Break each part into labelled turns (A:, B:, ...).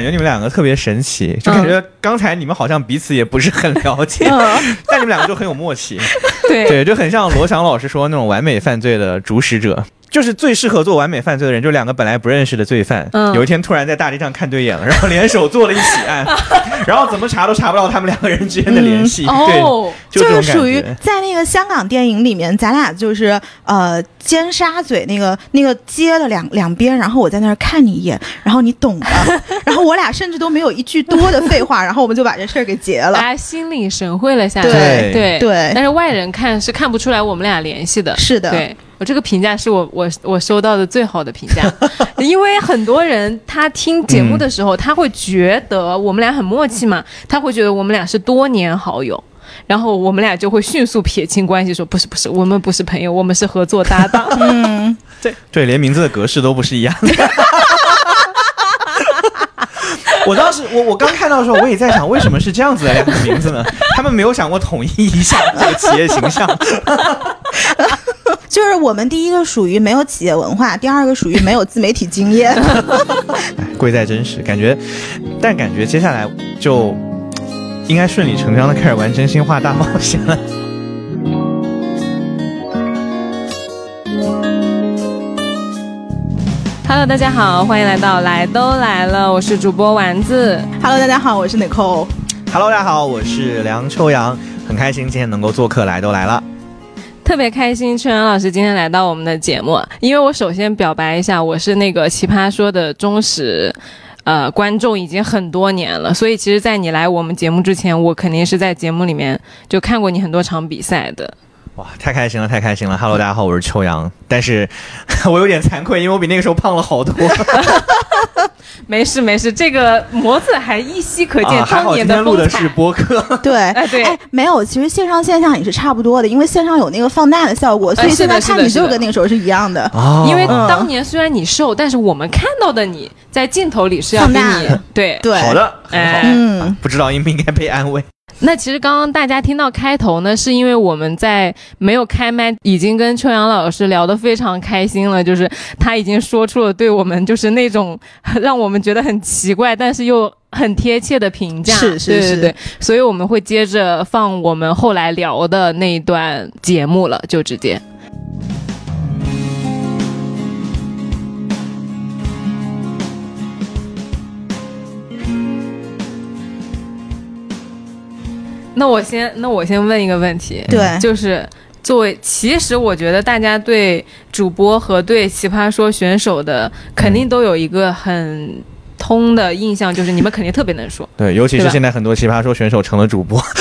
A: 感觉你们两个特别神奇，就感觉刚才你们好像彼此也不是很了解，
B: 嗯，
A: 但你们两个就很有默契，
B: 对，
A: 对，就很像罗翔老师说那种完美犯罪的主使者，就是最适合做完美犯罪的人，就两个本来不认识的罪犯，
B: 嗯
A: 有一天突然在大街上看对眼了，然后联手做了一起案，然后怎么查都查不到他们两个人之间的联系，对，
B: 哦，
A: 就这
C: 是
A: 种
C: 属于
A: 感觉。
C: 在那个香港电影里面，咱俩就是呃尖沙咀那个那个街的两两边，然后我在那儿看你一眼，然后你懂的， 然后我俩甚至都没有一句多的废话，然后我们就把这事儿给结
B: 大
C: 了。
B: 家心领神会了下来，
C: 对
B: 对
C: 对
B: 但是外人看是看不出来我们俩联系的，
C: 是的，
B: 对我这个评价是我我我收到的最好的评 价，因为很多人他听节目的时候，他会觉得我们俩很默契嘛，他会觉得我们俩是多年好友。然后我们俩就会迅速撇清关系，说不是不是，我们不是朋友，我们是合作搭 档。
C: 嗯，
A: 对，连名字的格式都不是一样的。 我当时我我刚看到的时候，我也在想，为什么是这样子的两个名字呢？他们没有想过统一一下这个企业形象。
C: 就是我们第一个属于没有企业文化，第二个属于没有自媒体经验。
A: 贵在真实，感觉，但感觉接下来就应该顺理成章的开始玩真心话大冒险了。
B: Hello，大家好，欢迎来到来都来了，我是主播丸子。
C: Hello，大家好，我是 Nicole。
A: Hello，大家好，我是梁秋阳，很开心今天能够做客来都来了。
B: 特别开心，春阳老师今天来到我们的节目，因为我首先表白一下，我是那个奇葩说的忠实。呃，观众已经很多年了，所以其实，在你来我们节目之前，我肯定是在节目里面就看过你很多场比赛的。
A: 哇，太开心了，太开心了！Hello，大家好，我是秋阳，但是 我有点惭愧，因为我比那个时候胖了好多。
B: 没事没事，这个模子还依稀可见
A: 啊，还
B: 当
A: 好
B: 年
A: 今天录
B: 风
A: 的
B: 采。
A: 是播客。
C: 对，
B: 哎对
C: 哎，没有，其实线上线下也是差不多的，因为线上有那个放大的效果，所以
B: 哎是
C: 现
B: 的
C: 在
B: 是
C: 看
B: 的
C: 你
B: 是
C: 就
B: 的
C: 是跟那个时候是一样的。
A: 哦
B: 因为当年虽然你瘦，但是我们看到的你在镜头里是要
C: 放
B: 比
C: 大
B: 你
C: 的
B: 对
C: 对，
A: 好，的，很好
B: 哎。
C: 嗯，
A: 不知道应不应该被安慰。
B: 那其实刚刚大家听到开头呢，是因为我们在没有开麦，已经跟秋阳老师聊得非常开心了，就是他已经说出了对我们就是那种让我们觉得很奇怪，但是又。很贴切的评价，
C: 是是
B: 对
C: 是
B: 对对，所以我们会接着放我们后来聊的那一段节目了，就直接。那我先，那我先问一个问题，
C: 对，
B: 就是作为，其实我觉得大家对主播和对奇葩说选手的肯定都有一个很通的印象，就是你们肯定特别能说
A: 对，尤其
B: 对
A: 是
B: 吧
A: 现在很多奇葩说选手成了主播。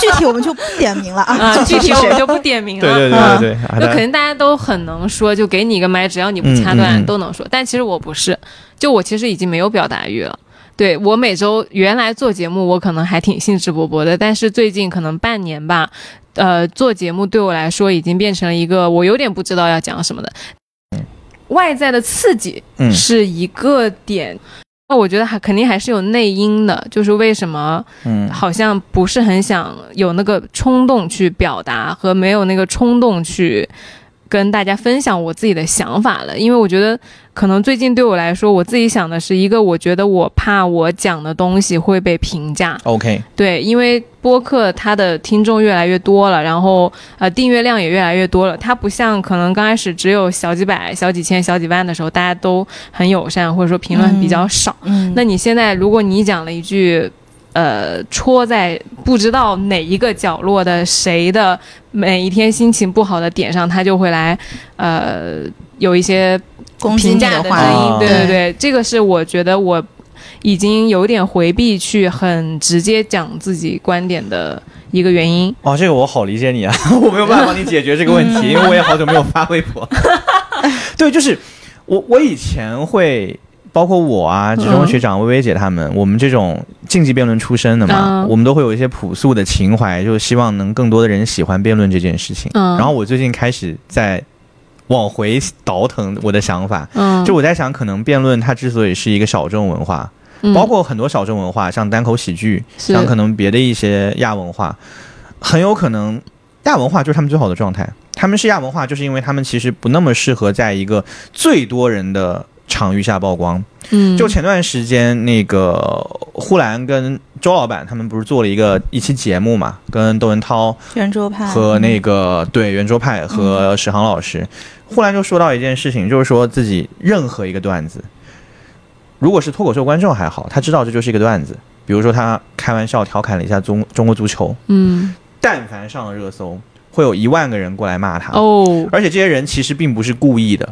C: 具体我们就不点名了
B: 啊
C: 啊，，
B: 具体我就不点名了。
A: 对对对对对，啊
B: 就
A: 大家
B: 嗯肯定大家都很能说，就给你一个麦，只要你不掐
A: 嗯嗯
B: 断
A: 嗯
B: 都能说。但其实我不是，就我其实已经没有表达欲了。对我每周原来做节目，我可能还挺兴致勃勃的，但是最近可能半年吧，呃，做节目对我来说已经变成了一个我有点不知道要讲什么的。外在的刺激
A: 嗯
B: 是一个点，那我觉得还肯定还是有内因的，就是为什么
A: 嗯，
B: 好像不是很想有那个冲动去表达和没有那个冲动去跟大家分享我自己的想法了，因为我觉得可能最近对我来说，我自己想的是一个，我觉得我怕我讲的东西会被评价，
A: OK，
B: 对，因为播客它的听众越来越多了，然后呃订阅量也越来越多了。它不像可能刚开始只有小几百、小几千、小几万的时候，大家都很友善，或者说评论比较少。
C: 嗯
B: 那你现在如果你讲了一句，呃，戳在不知道哪一个角落的谁的每一天心情不好的点上，他就会来，呃，有一些
C: 攻击
B: 评
C: 你
B: 价
C: 话
B: 声音
A: 啊，
B: 对对对，这个是我觉得我已经有点回避去很直接讲自己观点的一个原因。
A: 哦，这个我好理解你啊， 我没有办法帮你解决这个问
B: 嗯
A: 题，因为我也好久没有发微 博。对，就是我，我以前会。包括我
B: 嗯
A: 啊，职中学长、薇薇姐他们，我们这种竞技辩论出身的嘛，
B: 嗯
A: 我们都会有一些朴素的情怀，就是希望能更多的人喜欢辩论这件事情。
B: 嗯
A: 然后我最近开始在往回倒腾我的想法，
B: 嗯，
A: 就我在想，可能辩论它之所以是一个小众文化，包括很多小众文化，像单口喜剧，
B: 嗯是
A: 像可能别的一些亚文化，很有可能亚文化就是他们最好的状态。他们是亚文化，就是因为他们其实不那么适合在一个最多人的场域下曝光。
B: 嗯，
A: 就前段时间，那个呼兰跟周老板他们不是做了一个一期节目嘛，跟窦文涛
C: 圆桌派
A: 和那个对圆桌派和史航老师，呼兰就说到一件事情，就是说自己任何一个段子，如果是脱口秀观众还好，他知道这就是一个段子，比如说他开玩笑调侃了一下中中国足球，
B: 嗯
A: 但凡上了热搜，会有一万个人过来骂他。
B: 哦，
A: 而且这些人其实并不是故意的，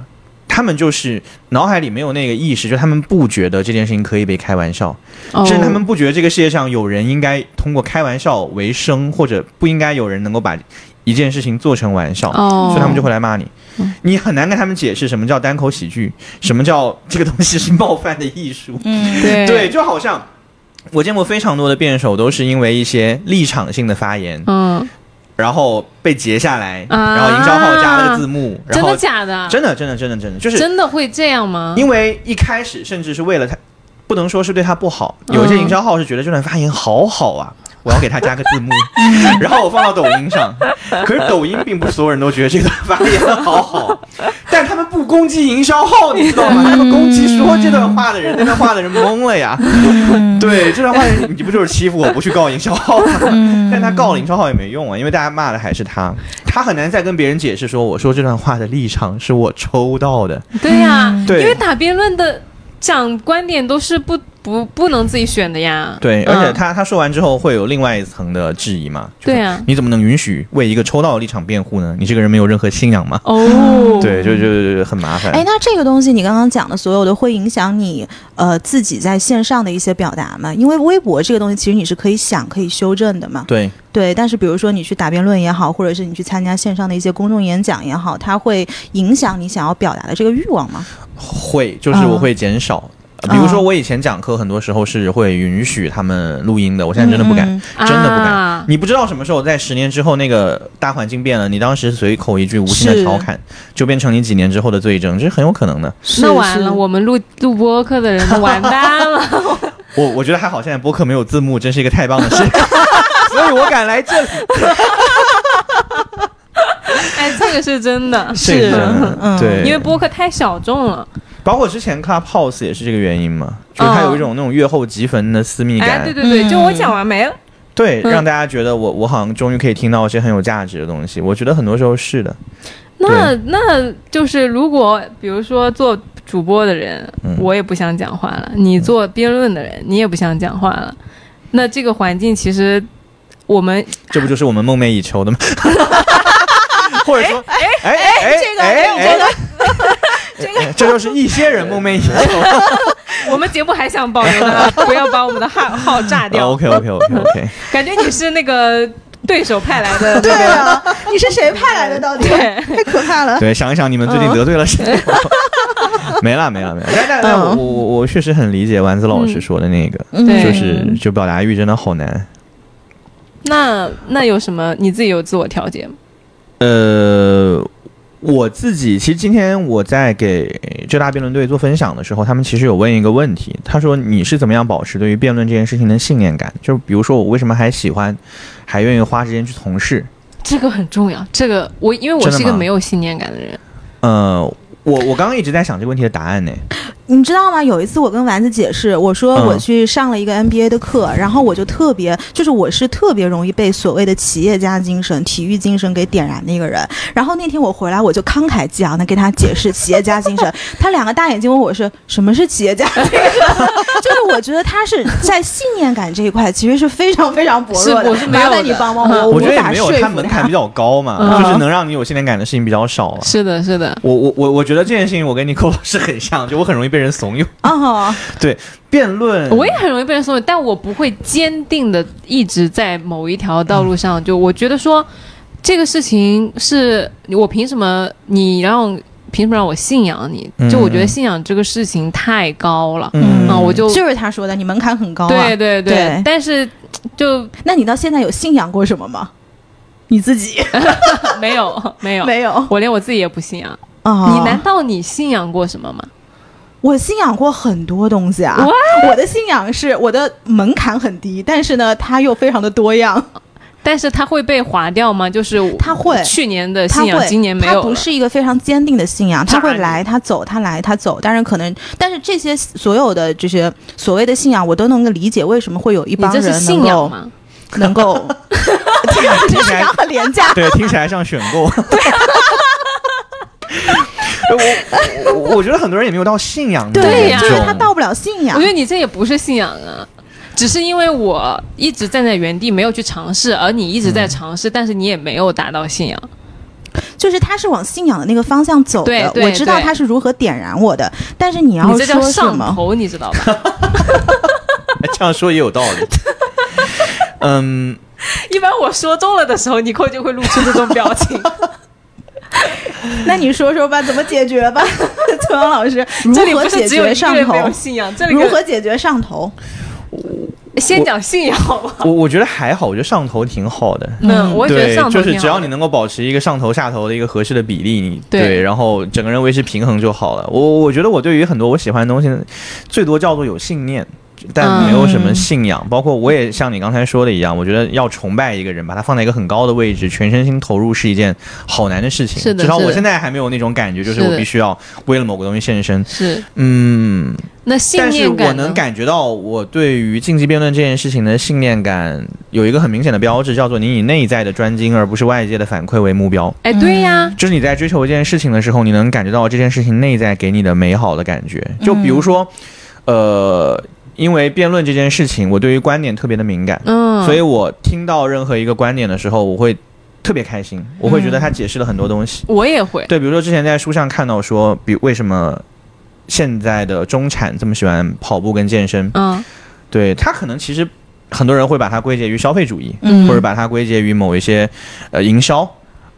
A: 他们就是脑海里没有那个意识，就他们不觉得这件事情可以被开玩笑，
B: 哦
A: 甚至他们不觉得这个世界上有人应该通过开玩笑为生，或者不应该有人能够把一件事情做成玩笑，
B: 哦，
A: 所以他们就会来骂你
B: 嗯。
A: 你很难跟他们解释什么叫单口喜剧，什么叫这个东西是冒犯的艺术。
C: 嗯，
B: 对
A: 对，，就好像我见过非常多的辩手都是因为一些立场性的发言，
B: 嗯，
A: 然后被截下来，
B: 啊
A: 然后营销号加了个字幕，然
B: 真
A: 后
B: 的假的？
A: 真的，真的，真的，真的，就是
B: 真的会这样吗？
A: 因为一开始甚至是为了他，不能说是对他不好，有一些
B: 嗯
A: 营销号是觉得这段发言好好啊。我要给他加个字幕，然后我放到抖音上。可是抖音并不是所有人都觉得这段发言好好，但他们不攻击营销号，你知道吗？他们攻击说这段话的人，那段话的人懵了呀。对，这段话你不就是欺负我不去告营销号吗？但他告了营销号也没用啊，因为大家骂的还是他，他很难再跟别人解释说我说这段话的立场是我抽到的。
B: 对呀、
A: 对
B: 因为打辩论的讲观点都是不不不能自己选的呀。
A: 对，
B: 嗯
A: 而且他、他说完之后会有另外一层的质疑嘛？就是
B: 对啊
A: 你怎么能允许为一个抽到的立场辩护呢？你这个人没有任何信仰吗？
B: 哦，
A: 对，就就就很麻烦。
C: 哎，那这个东西你刚刚讲的所有的，会影响你呃自己在线上的一些表达吗？因为微博这个东西，其实你是可以想、可以修正的嘛。
A: 对，
C: 对，但是比如说你去打辩论也好，或者是你去参加线上的一些公众演讲也好，它会影响你想要表达的这个欲望吗？
A: 会就是
C: 嗯
A: 我会减少。呃比如说，我以前讲课，很多时候是会允许他们录音的，我现在真的不敢，
C: 嗯
B: 啊
A: 真的不敢。你不知道什么时候，在十年之后，那个大环境变了，你当时随口一句无心的
C: 是
A: 调侃，就变成你几年之后的罪证，这是很有可能的。
C: 是
B: 嗯那完了，我们录录播客的人都完蛋 了。
A: 我我觉得还好，现在播客没有字幕，真是一个太棒的 事， 所以我敢来这里。
B: 哎，这个是真的，
A: 这个人
C: 嗯
A: 对，
B: 因为播客太小众了。
A: 包括之前 Clubhouse 也是这个原因嘛，就是它有一种那种月后即焚的私密感，
B: 哎，对对对，
C: 嗯
B: 就我讲完没了。
A: 对
B: 嗯
A: 让大家觉得我我好像终于可以听到一些很有价值的东西。我觉得很多时候是的，
B: 那那就是如果比如说做主播的人，
A: 嗯
B: 我也不想讲话了；你做辩论的人，你也不想讲话了。那这个环境其实我们
A: 这不就是我们梦寐以求的吗？或者说，哎哎哎，
C: 这个
A: 哎
C: 哎
A: 这个这就是一些人梦寐以求。
B: 我们节目还想保 留的，不要把我们的号号炸 掉。
A: 啊 OK OK OK OK，
B: 感觉你是那个对手派来 的，
C: 对啊，你是谁派来的？到 底
B: 对
C: 太可怕了。
A: 对，想一想你们最近得罪了谁？ 没了没了没了，但但但我我我我确实很理解丸子老师说的那个，
C: 嗯
B: 对
A: 就是就表达欲真的好难。
B: 那那有什么？你自己有自我调节吗？
A: 呃，我自己其实今天我在给浙大辩论队做分享的时候，他们其实有问一个问题，他说你是怎么样保持对于辩论这件事情的信念感？就是比如说我为什么还喜欢，还愿意花时间去从事？
B: 这个很重要。这个我因为我
A: 真的
B: 是一个
A: 吗
B: 没有信念感的人，
A: 呃，我我刚刚一直在想这个问题的答案呢。
C: 你知道吗？有一次我跟丸子解释，我说
A: 嗯
C: 我去上了一个 MBA 的课，然后我就特别，就是我是特别容易被所谓的企业家精神、体育精神给点燃的一个人。然后那天我回来，我就慷慨激昂的给他解释企业家精 神，他两个大眼睛问我是什么是企业家精神，就是我觉得他是在信念感这一块其实是非常非常薄弱
B: 是
C: 的。
B: 我是没有
C: 麻
B: 的
C: 烦你帮帮哦我，
A: 嗯我觉
C: 无
A: 得也
C: 法
A: 没
C: 说
A: 有，
C: 服
A: 它门 槛比较高嘛，
B: 嗯
A: 就是能让你有信念感的事情比较少了。
B: 是的，是的，
A: 我我我我觉得这件事情我跟尼寇老师很像，就我很容易被人怂恿。
C: 啊。
A: 辩论
C: 嗯
B: 我也很容易被人怂恿，但我不会坚定的一直在某一条道路上。就我觉得说，这个事情是我凭什么你让凭什么让我信仰你？就我觉
A: 嗯
B: 得
A: 嗯
B: 信仰这个事情太高了，
A: 嗯
B: 啊，我就
C: 就是他说的，你门槛很高啊。
B: 对对
C: 对
B: 但是就
C: 那你到现在有信仰过什么吗？你自己
B: 没有没 有，
C: 没有啊？
B: 我连我自己也不信仰。
C: 哦
B: 你难道你信仰过什么吗？
C: 我信仰过很多东西啊，我的信仰是我的门槛很低，但是呢，它又非常的多样。
B: 但是它会被划掉吗？就是我
C: 它会
B: 去年的
C: 他
B: 信仰，
C: 会，
B: 今年没有
C: 他
B: 了。
C: 不是一个非常坚定的信仰，他会来，他走，他来，他走。但是可能，但是这些所有的这些所谓的信仰，我都能够理解为什么会有一
B: 你
C: 帮
B: 这
C: 人
B: 是
C: 能
B: 信仰
C: 够
B: 吗？
C: 能够，这个信仰很廉 价。
A: 对，听起来像选 购。我我我觉得很多人也没有到信仰的
B: 对呀
A: 那
C: 就是
A: 种
C: 他到不了信仰
B: 我觉。得你这也不是信仰啊，只是因为我一直站在原地没有去尝试，而你一直在尝
C: 嗯
B: 试，但是你也没有达到信仰。
C: 就是他是往信仰的那个方向走
B: 对
C: 的，
B: 对
C: 我知道
B: 对
C: 他是如何点燃我的，但是你要
B: 你这叫
C: 说什
B: 上
C: 么？
B: 头，你知道吧？
A: 哎这样说也有道理。嗯，
B: 一般我说中了的时候，尼寇就会露出这种表情。
C: 那你说说吧，怎么解决吧？邱阳老师， 如
B: 这里
C: 何
B: 不是
C: 解
B: 只有
C: 决
B: 一个
C: 上
B: 人没有
C: 头？
B: 信仰，这里
C: 如何解决上头？
B: 先讲信仰好吧？
A: 我我觉得还好，我觉得上头挺好的。
B: 嗯，我也觉得
A: 对
B: 上，头
A: 就是
B: 挺
A: 只
B: 好
A: 要
B: 的
A: 你能够保持一个上头下头的一个合适的比例，你
B: 对
A: 然后整个人维持平衡就好了。我我觉得我对于很多我喜欢的东西，最多叫做有信念，
B: 嗯
A: 但没有什么信仰。包括我也像你刚才说的一样，我觉得要崇拜一个人，把他放在一个很高的位置，全身心投入是一件好难的事情。
B: 是的
A: 至少
B: 是的
A: 我现在还没有那种感觉，就是
B: 是
A: 我
B: 的
A: 必须要为了某个东西献身。
B: 是
A: 嗯，
B: 那信
A: 但是
B: 念
A: 我
B: 感呢
A: 能感觉到，我对于竞技辩论这件事情的信念感有一个很明显的标志，叫做你以内在的专精，而不是外界的反馈为目标。
B: 哎，对呀，
A: 就是你在追求一件事情的时候，你能感觉到这件事情内在给你的美好的感觉。
B: 嗯
A: 就比如说，呃，因为辩论这件事情，我对于观点特别的敏感，
B: 嗯，
A: 所以我听到任何一个观点的时候，我会特别开心，我会觉得
B: 嗯
A: 他解释了很多东西。
B: 我也会。
A: 对，比如说之前在书上看到说，比为什么现在的中产这么喜欢跑步跟健身？
B: 嗯，
A: 对他可能其实很多人会把它归结于消费主义，
C: 嗯
A: 或者把它归结于某一些呃营销。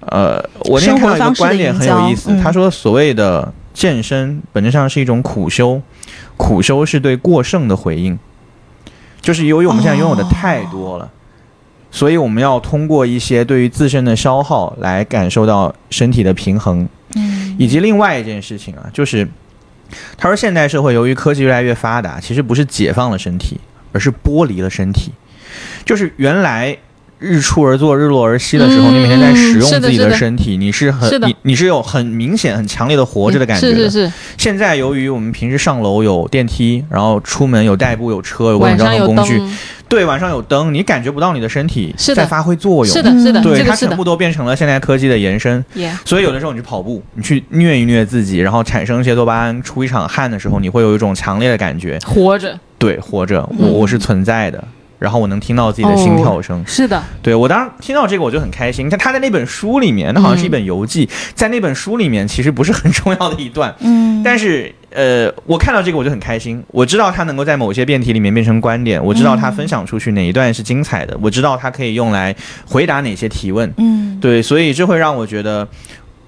A: 呃，我那天
C: 生活
A: 看到一个
C: 方式的
A: 观点
C: 营
A: 很有
C: 销
A: 意思，
C: 嗯
A: 他说所谓的健身本质上是一种苦修，苦修是对过剩的回应，就是由于我们现在拥有的太多
C: 哦
A: 了。所以我们要通过一些对于自身的消耗来感受到身体的平衡，
C: 嗯
A: 以及另外一件事情啊，就是他说现代社会由于科技越来越发达，其实不是解放了身体，而是剥离了身体。就是原来日出而作，日落而息的时候，
B: 嗯
A: 你每天在使用
B: 是的
A: 自己
B: 是
A: 的
B: 的
A: 身体，你是很
B: 是的
A: 你你是有很明显、很强烈的活着的感觉的。
B: 是是是，
A: 现在由于我们平时上楼有电梯，然后出门有代步、有车、有各种
B: 晚
A: 交
B: 上有
A: 通工
B: 灯，
A: 具，对，晚上有灯，你感觉不到你的身体
B: 是的
A: 在发挥作用。
B: 是的，是的，
A: 嗯对、
B: 这个
A: 它
B: 是
A: 全
B: 的
A: 部，都变成了现代科技的延伸。
B: 也
A: 所以有的时候你去跑步，你去虐一虐自己，然后产生一些多巴胺，出一场汗的时候，你会有一种强烈的感觉，
B: 活着。
A: 对，活着，我
B: 嗯哦
A: 我是存在的。然后我能听到自己的心跳声，
B: 是的，
A: 对我当时听到这个我就很开心。但他在那本书里面，那好像是一本游记，在那本书里面其实不是很重要的一段，
C: 嗯
A: 但是呃，我看到这个我就很开心。我知道他能够在某些辩题里面变成观点，我知道他分享出去哪一段是精彩的，我知道他可以用来回答哪些提问，
C: 嗯，
A: 对，所以这会让我觉得，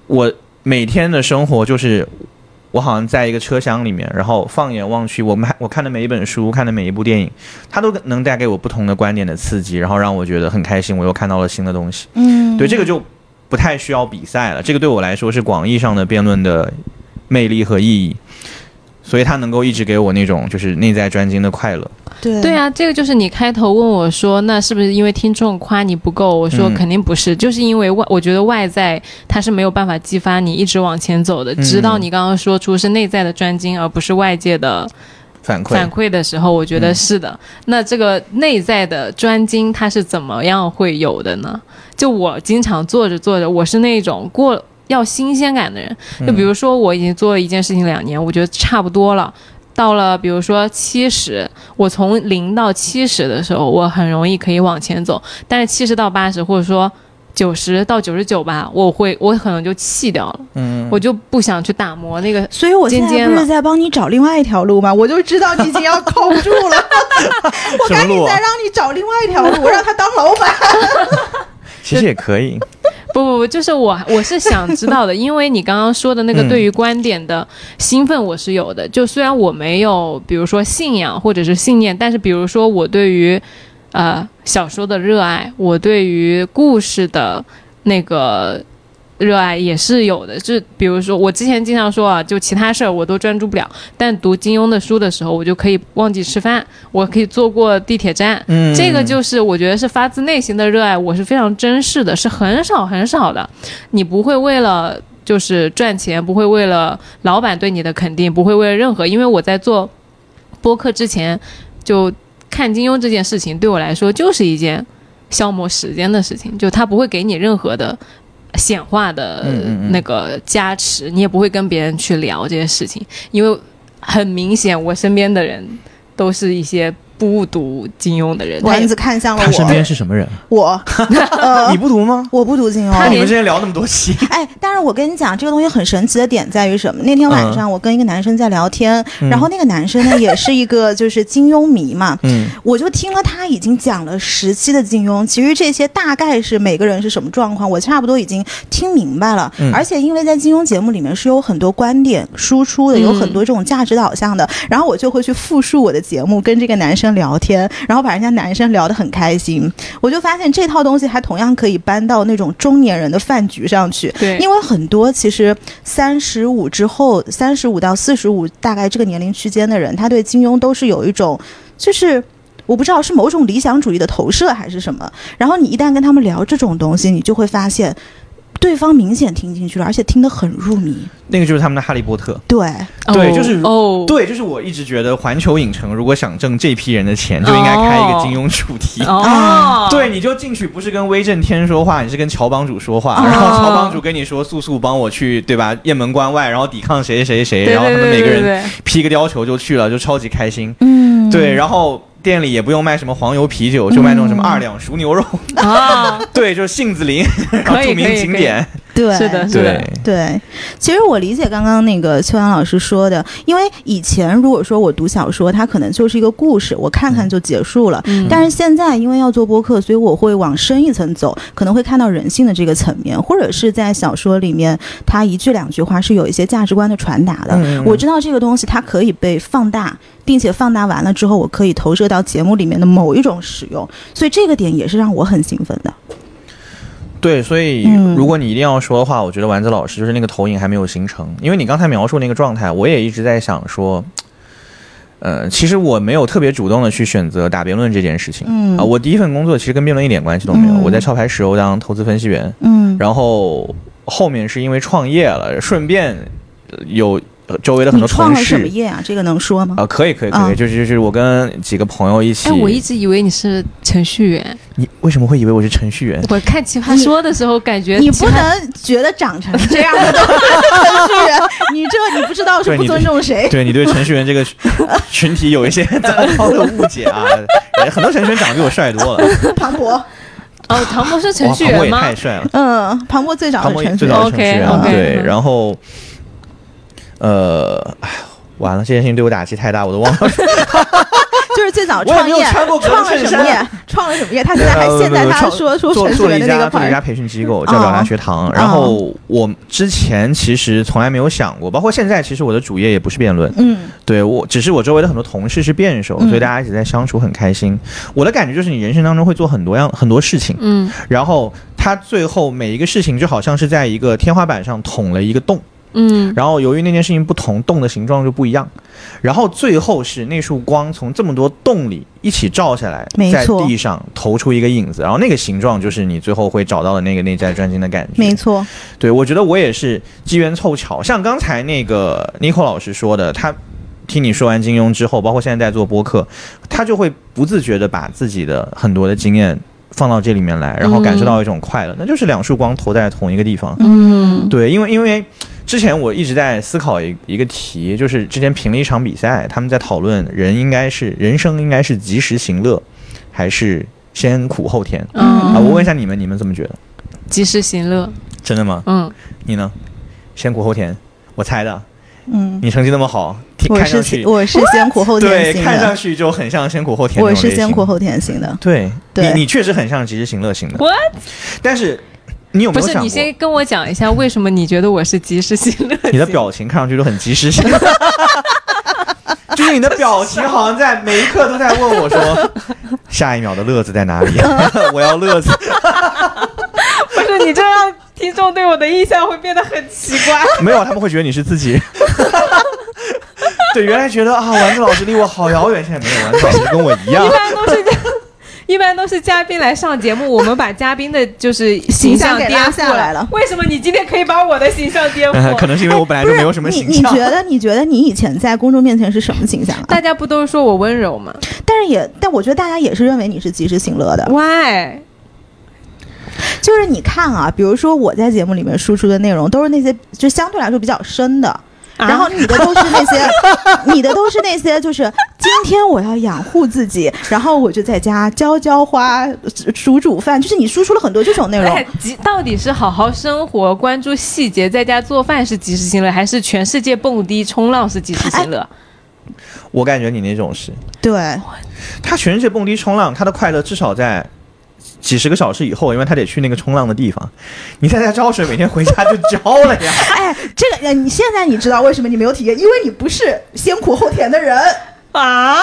A: 我每天的生活就是，我好像在一个车厢里面，然后放眼望去，我们还我看的每一本书，看的每一部电影，它都能带给我不同的观点的刺激，然后让我觉得很开心，我又看到了新的东西。
C: 嗯，
A: 对，这个就不太需要比赛了，这个对我来说是广义上的辩论的魅力和意义。所以它能够一直给我那种就是内在专精的快乐，
C: 对
B: 对，啊，这个就是你开头问我说，那是不是因为听众夸你不够？我说
A: 嗯
B: 肯定不是，就是因为外，我觉得外在它是没有办法激发你一直往前走的。
A: 嗯
B: 直到你刚刚说出是内在的专精，而不是外界的
A: 反馈
B: 反馈的时候，我觉得
A: 嗯
B: 是的。那这个内在的专精，它是怎么样会有的呢？就我经常做着做着，我是那种过要新鲜感的人。
A: 嗯
B: 就比如说，我已经做了一件事情两年，我觉得差不多了。到了比如说七十，我从零到七十的时候，我很容易可以往前走。但是七十到八十，或者说九十到九十九吧，我会我可能就弃掉了，
A: 嗯，
B: 我就不想去打磨那个。
C: 所以我现
B: 尖
C: 在
B: 尖
C: 不
B: 了
C: 是在帮你找另外一条路吗？我就知道你已经要靠不住了，我
A: 什么
C: 赶
A: 路
C: 紧
A: 啊
C: 再让你找另外一条路，我让他当老板。
A: 其实也可以，
B: 不不不，就是我我是想知道的，因为你刚刚说的那个
A: 嗯
B: 对于观点的兴奋我是有的。就虽然我没有比如说信仰或者是信念，但是比如说我对于呃小说的热爱，我对于故事的那个热爱也是有的。就比如说，我之前经常说啊，就其他事儿我都专注不了，但读金庸的书的时候，我就可以忘记吃饭，我可以坐过地铁站。
A: 嗯
B: 这个就是我觉得是发自内心的热爱，我是非常珍视的，是很少很少的。你不会为了就是赚钱，不会为了老板对你的肯定，不会为了任何。因为我在做播客之前，就看金庸这件事情对我来说就是一件消磨时间的事情，就他不会给你任何的显化的
A: 嗯嗯嗯
B: 那个加持，你也不会跟别人去聊这些事情，因为很明显我身边的人都是一些。不读金庸的人，他也
C: 丸子看向了
A: 他身边
C: 我，
A: 是什么人？
C: 我，呃
A: 你，不读吗？
C: 我不读金
B: 他
A: 那
C: 庸。
A: 你
B: 连
A: 们之前聊那么多期，
C: 哎，但是我跟你讲，这个东西很神奇的点在于什么？那天晚上我跟一个男生在聊天，
A: 嗯
C: 然后那个男生呢也是一个就是金庸迷嘛，
A: 嗯
C: 我就听了他已经讲了十期的金庸，其实这些大概是每个人是什么状况，我差不多已经听明白了。
A: 嗯
C: 而且因为在金庸节目里面是有很多观点输出的，
B: 嗯
C: 有很多这种价值导向的，然后我就会去复述我的节目，跟这个男生聊天，然后把人家男生聊得很开心。我就发现这套东西还同样可以搬到那种中年人的饭局上去，
B: 对，
C: 因为很多其实三十五之后，三十五到四十五大概这个年龄区间的人，他对金庸都是有一种就是。我不知道是某种理想主义的投射还是什么，然后你一旦跟他们聊这种东西，你就会发现，对方明显听进去了，而且听得很入迷。
A: 那个就是他们的《哈利波特》。
C: 对，
A: 对就是
B: 哦，
A: 对，就是我一直觉得环球影城如果想挣这批人的钱，就应该开一个金庸主题。
B: 哦，
A: 啊对，你就进去不是跟威震天说话，你是跟乔帮主说话，
B: 哦
A: 然后乔帮主跟你说速速帮我去，对吧？雁门关外，然后抵抗谁谁谁谁，
B: 对
A: 然后他
B: 对
A: 们
B: 对
A: 每个
B: 对
A: 人
B: 对，
A: 披个貂裘就去了，就超级开心。
C: 嗯
A: 对，然后店里也不用卖什么黄油啤酒，就卖那种什么二两熟牛肉，
B: 对啊，
A: 对，就是杏子林，然后
B: 可以
A: 著
B: 可
A: 名
B: 以
A: 景
B: 可以
A: 点，
C: 对，
B: 是的，是
A: 对
B: 的，，
C: 对，其实我理解刚刚那个秋阳老师说的，因为以前如果说我读小说，它可能就是一个故事，我看看就结束了。
B: 嗯
C: 但是现在因为要做播客，所以我会往深一层走，可能会看到人性的这个层面，或者是在小说里面，它一句两句话是有一些价值观的传达的。
A: 嗯嗯嗯
C: 我知道这个东西它可以被放大，并且放大完了之后，我可以投射到节目里面的某一种使用，所以这个点也是让我很兴奋的。
A: 对，所以
C: 嗯
A: 如果你一定要说的话，我觉得丸子老师就是那个投影还没有形成，因为你刚才描述那个状态，我也一直在想说，呃，其实我没有特别主动的去选择打辩论这件事情。
C: 嗯
A: 啊，我第一份工作其实跟辩论一点关系都没有，
C: 嗯
A: 我在壳牌石油当投资分析员，
C: 嗯，
A: 然后后面是因为创业了，顺便呃有呃周围的很
C: 你
A: 多
C: 创
A: 同
C: 了什么
A: 事。
C: 业啊？这个能说吗
A: 啊、？可以，可以，可以，
C: 嗯
A: 就是就是我跟几个朋友一起。
B: 哎，我一直以为你是程序员，
A: 你为什么会以为我是程序员？
B: 我看《奇葩说》的时候感觉
C: 你
B: 奇
C: 不
B: 葩
C: 能觉得长成这样的都是程序员，你这你不知道是不尊重 谁。
A: 对你对程序员这个群体有一些 糟糕的误解啊，很多程序员长得比我帅多了，
C: 庞博，
B: 哦，唐博是程
A: 哇，
B: 序
A: 庞博
B: 员
A: 也
B: 吗？
A: 太帅了，
C: 嗯，庞博最早
A: 庞
C: 的
A: 博
C: 程序
A: 最
C: 员
A: 早的程序员啊，
C: 哦 OK，OK，
A: 对，
B: 嗯
A: 然后，呃，哎呦完了，这件事情对我打击太大，我都忘了。
C: 就是最早
A: 我也
C: 创
A: 没有
C: 业，
A: 穿过格子
C: 创了
A: 衬
C: 什么业
A: 衫？
C: 创了什么业？他现在还现在他说说
A: 呃做
C: 程序
A: 做了
C: 员
A: 一
C: 的那
A: 家
C: 个
A: 做了一
C: part 哦
A: 家
C: 儿。
A: 培训机构叫表达学堂，然后我之前其实从来没有想过，包括现在，其实我的主业也不是辩论，
C: 嗯
A: 对我，只是我周围的很多同事是辩手，所以
C: 嗯
A: 大家一起在相处很开心。我的感觉就是，你人生当中会做很多样很多事情，
B: 嗯
A: 然后它最后每一个事情就好像是在一个天花板上捅了一个洞，
B: 嗯
A: 然后由于那件事情不同，洞的形状就不一样，然后最后是那束光从这么多洞里一起照下来
C: 没，
A: 在
C: 错
A: 地上投出一个影子，然后那个形状就是你最后会找到的那个内在专精的感觉。
C: 没错，
A: 对，我觉得我也是机缘凑巧，像刚才那个 n i c o 老师说的，他听你说完金庸之后，包括现在在做播客，他就会不自觉的把自己的很多的经验放到这里面来，然后感受到一种快乐，那就是两束光投在同一个地方。
B: 嗯
A: 对，因为因为之前我一直在思考一一个题，就是之前评了一场比赛，他们在讨论人应该是人生应该是及时行乐，还是先苦后甜
B: 嗯
A: 啊？我问一下你们，你们怎么觉得？
B: 及时行乐，
A: 真的吗？
B: 嗯，
A: 你呢？先苦后甜，我猜的。
C: 嗯，
A: 你成绩那么好，听
C: 我
A: 看上
C: 是
A: 去
C: 我是先苦后
A: 对
C: 甜，型
A: 看上
C: 的，
A: 去就很像先苦后甜那
C: 我
A: 种类型。
C: 是先苦后甜型的。
A: 对，
C: 对
A: 你你确实很像及时行乐型的。
B: What？
A: 但是你有没
B: 不
A: 有
B: 是
A: 想过，
B: 你先跟我讲一下为什么你觉得我是及时行乐型？
A: 你的表情看上去都很及时行 乐，就是你的表情好像在每一刻都在问我说， 下一秒的乐子在哪里？我要乐子。
B: 不是你这让听众对我的印象会变得很奇怪。
A: 没有，他们会觉得你是自 己。对，原来觉得啊，丸子老师离我好遥远，现在没有，丸子老师跟我一
C: 啊
A: 样
B: 一。般都是这样， 一般都是嘉宾来上节目，我们把嘉宾的就是形象
C: 形象给
B: 颠
C: 拉
B: 覆
C: 下来了嗯
B: 为什么你今天可以把我的形象 颠覆？
A: 呃可能是因为我本来就没有什么
C: 你
A: 形
C: 你
A: 象
C: 觉。得你觉得你以前在公众面前是什么形象啊？
B: 大家不都是说我温柔吗
C: 但是也，但我觉得大家也是认为你是及时行乐的。
B: ？Why？
C: 就是你看啊，比如说我在节目里面输出的内容，都是那些就相对来说比较深的，
B: 啊
C: 然后你的都是那 些，你的都是那些，就是今天我要养护自己，然后我就在家浇浇花、煮煮饭，就是你输出了很多这种内容
B: 哎。，及到底是好好生活、关注细节，在家做饭是及时行乐，还是全世界蹦迪、冲浪是及时行乐？
A: 我感觉你那种是，
C: 对，
A: 他全世界蹦迪冲浪，他的快乐至少在几十个小时以后，因为他得去那个冲浪的地方。你在家浇水，每天回家就浇了呀。
C: 哎，这个呃你现在你知道为什么你没有体验，因为你不是先苦后甜的人。
B: 啊，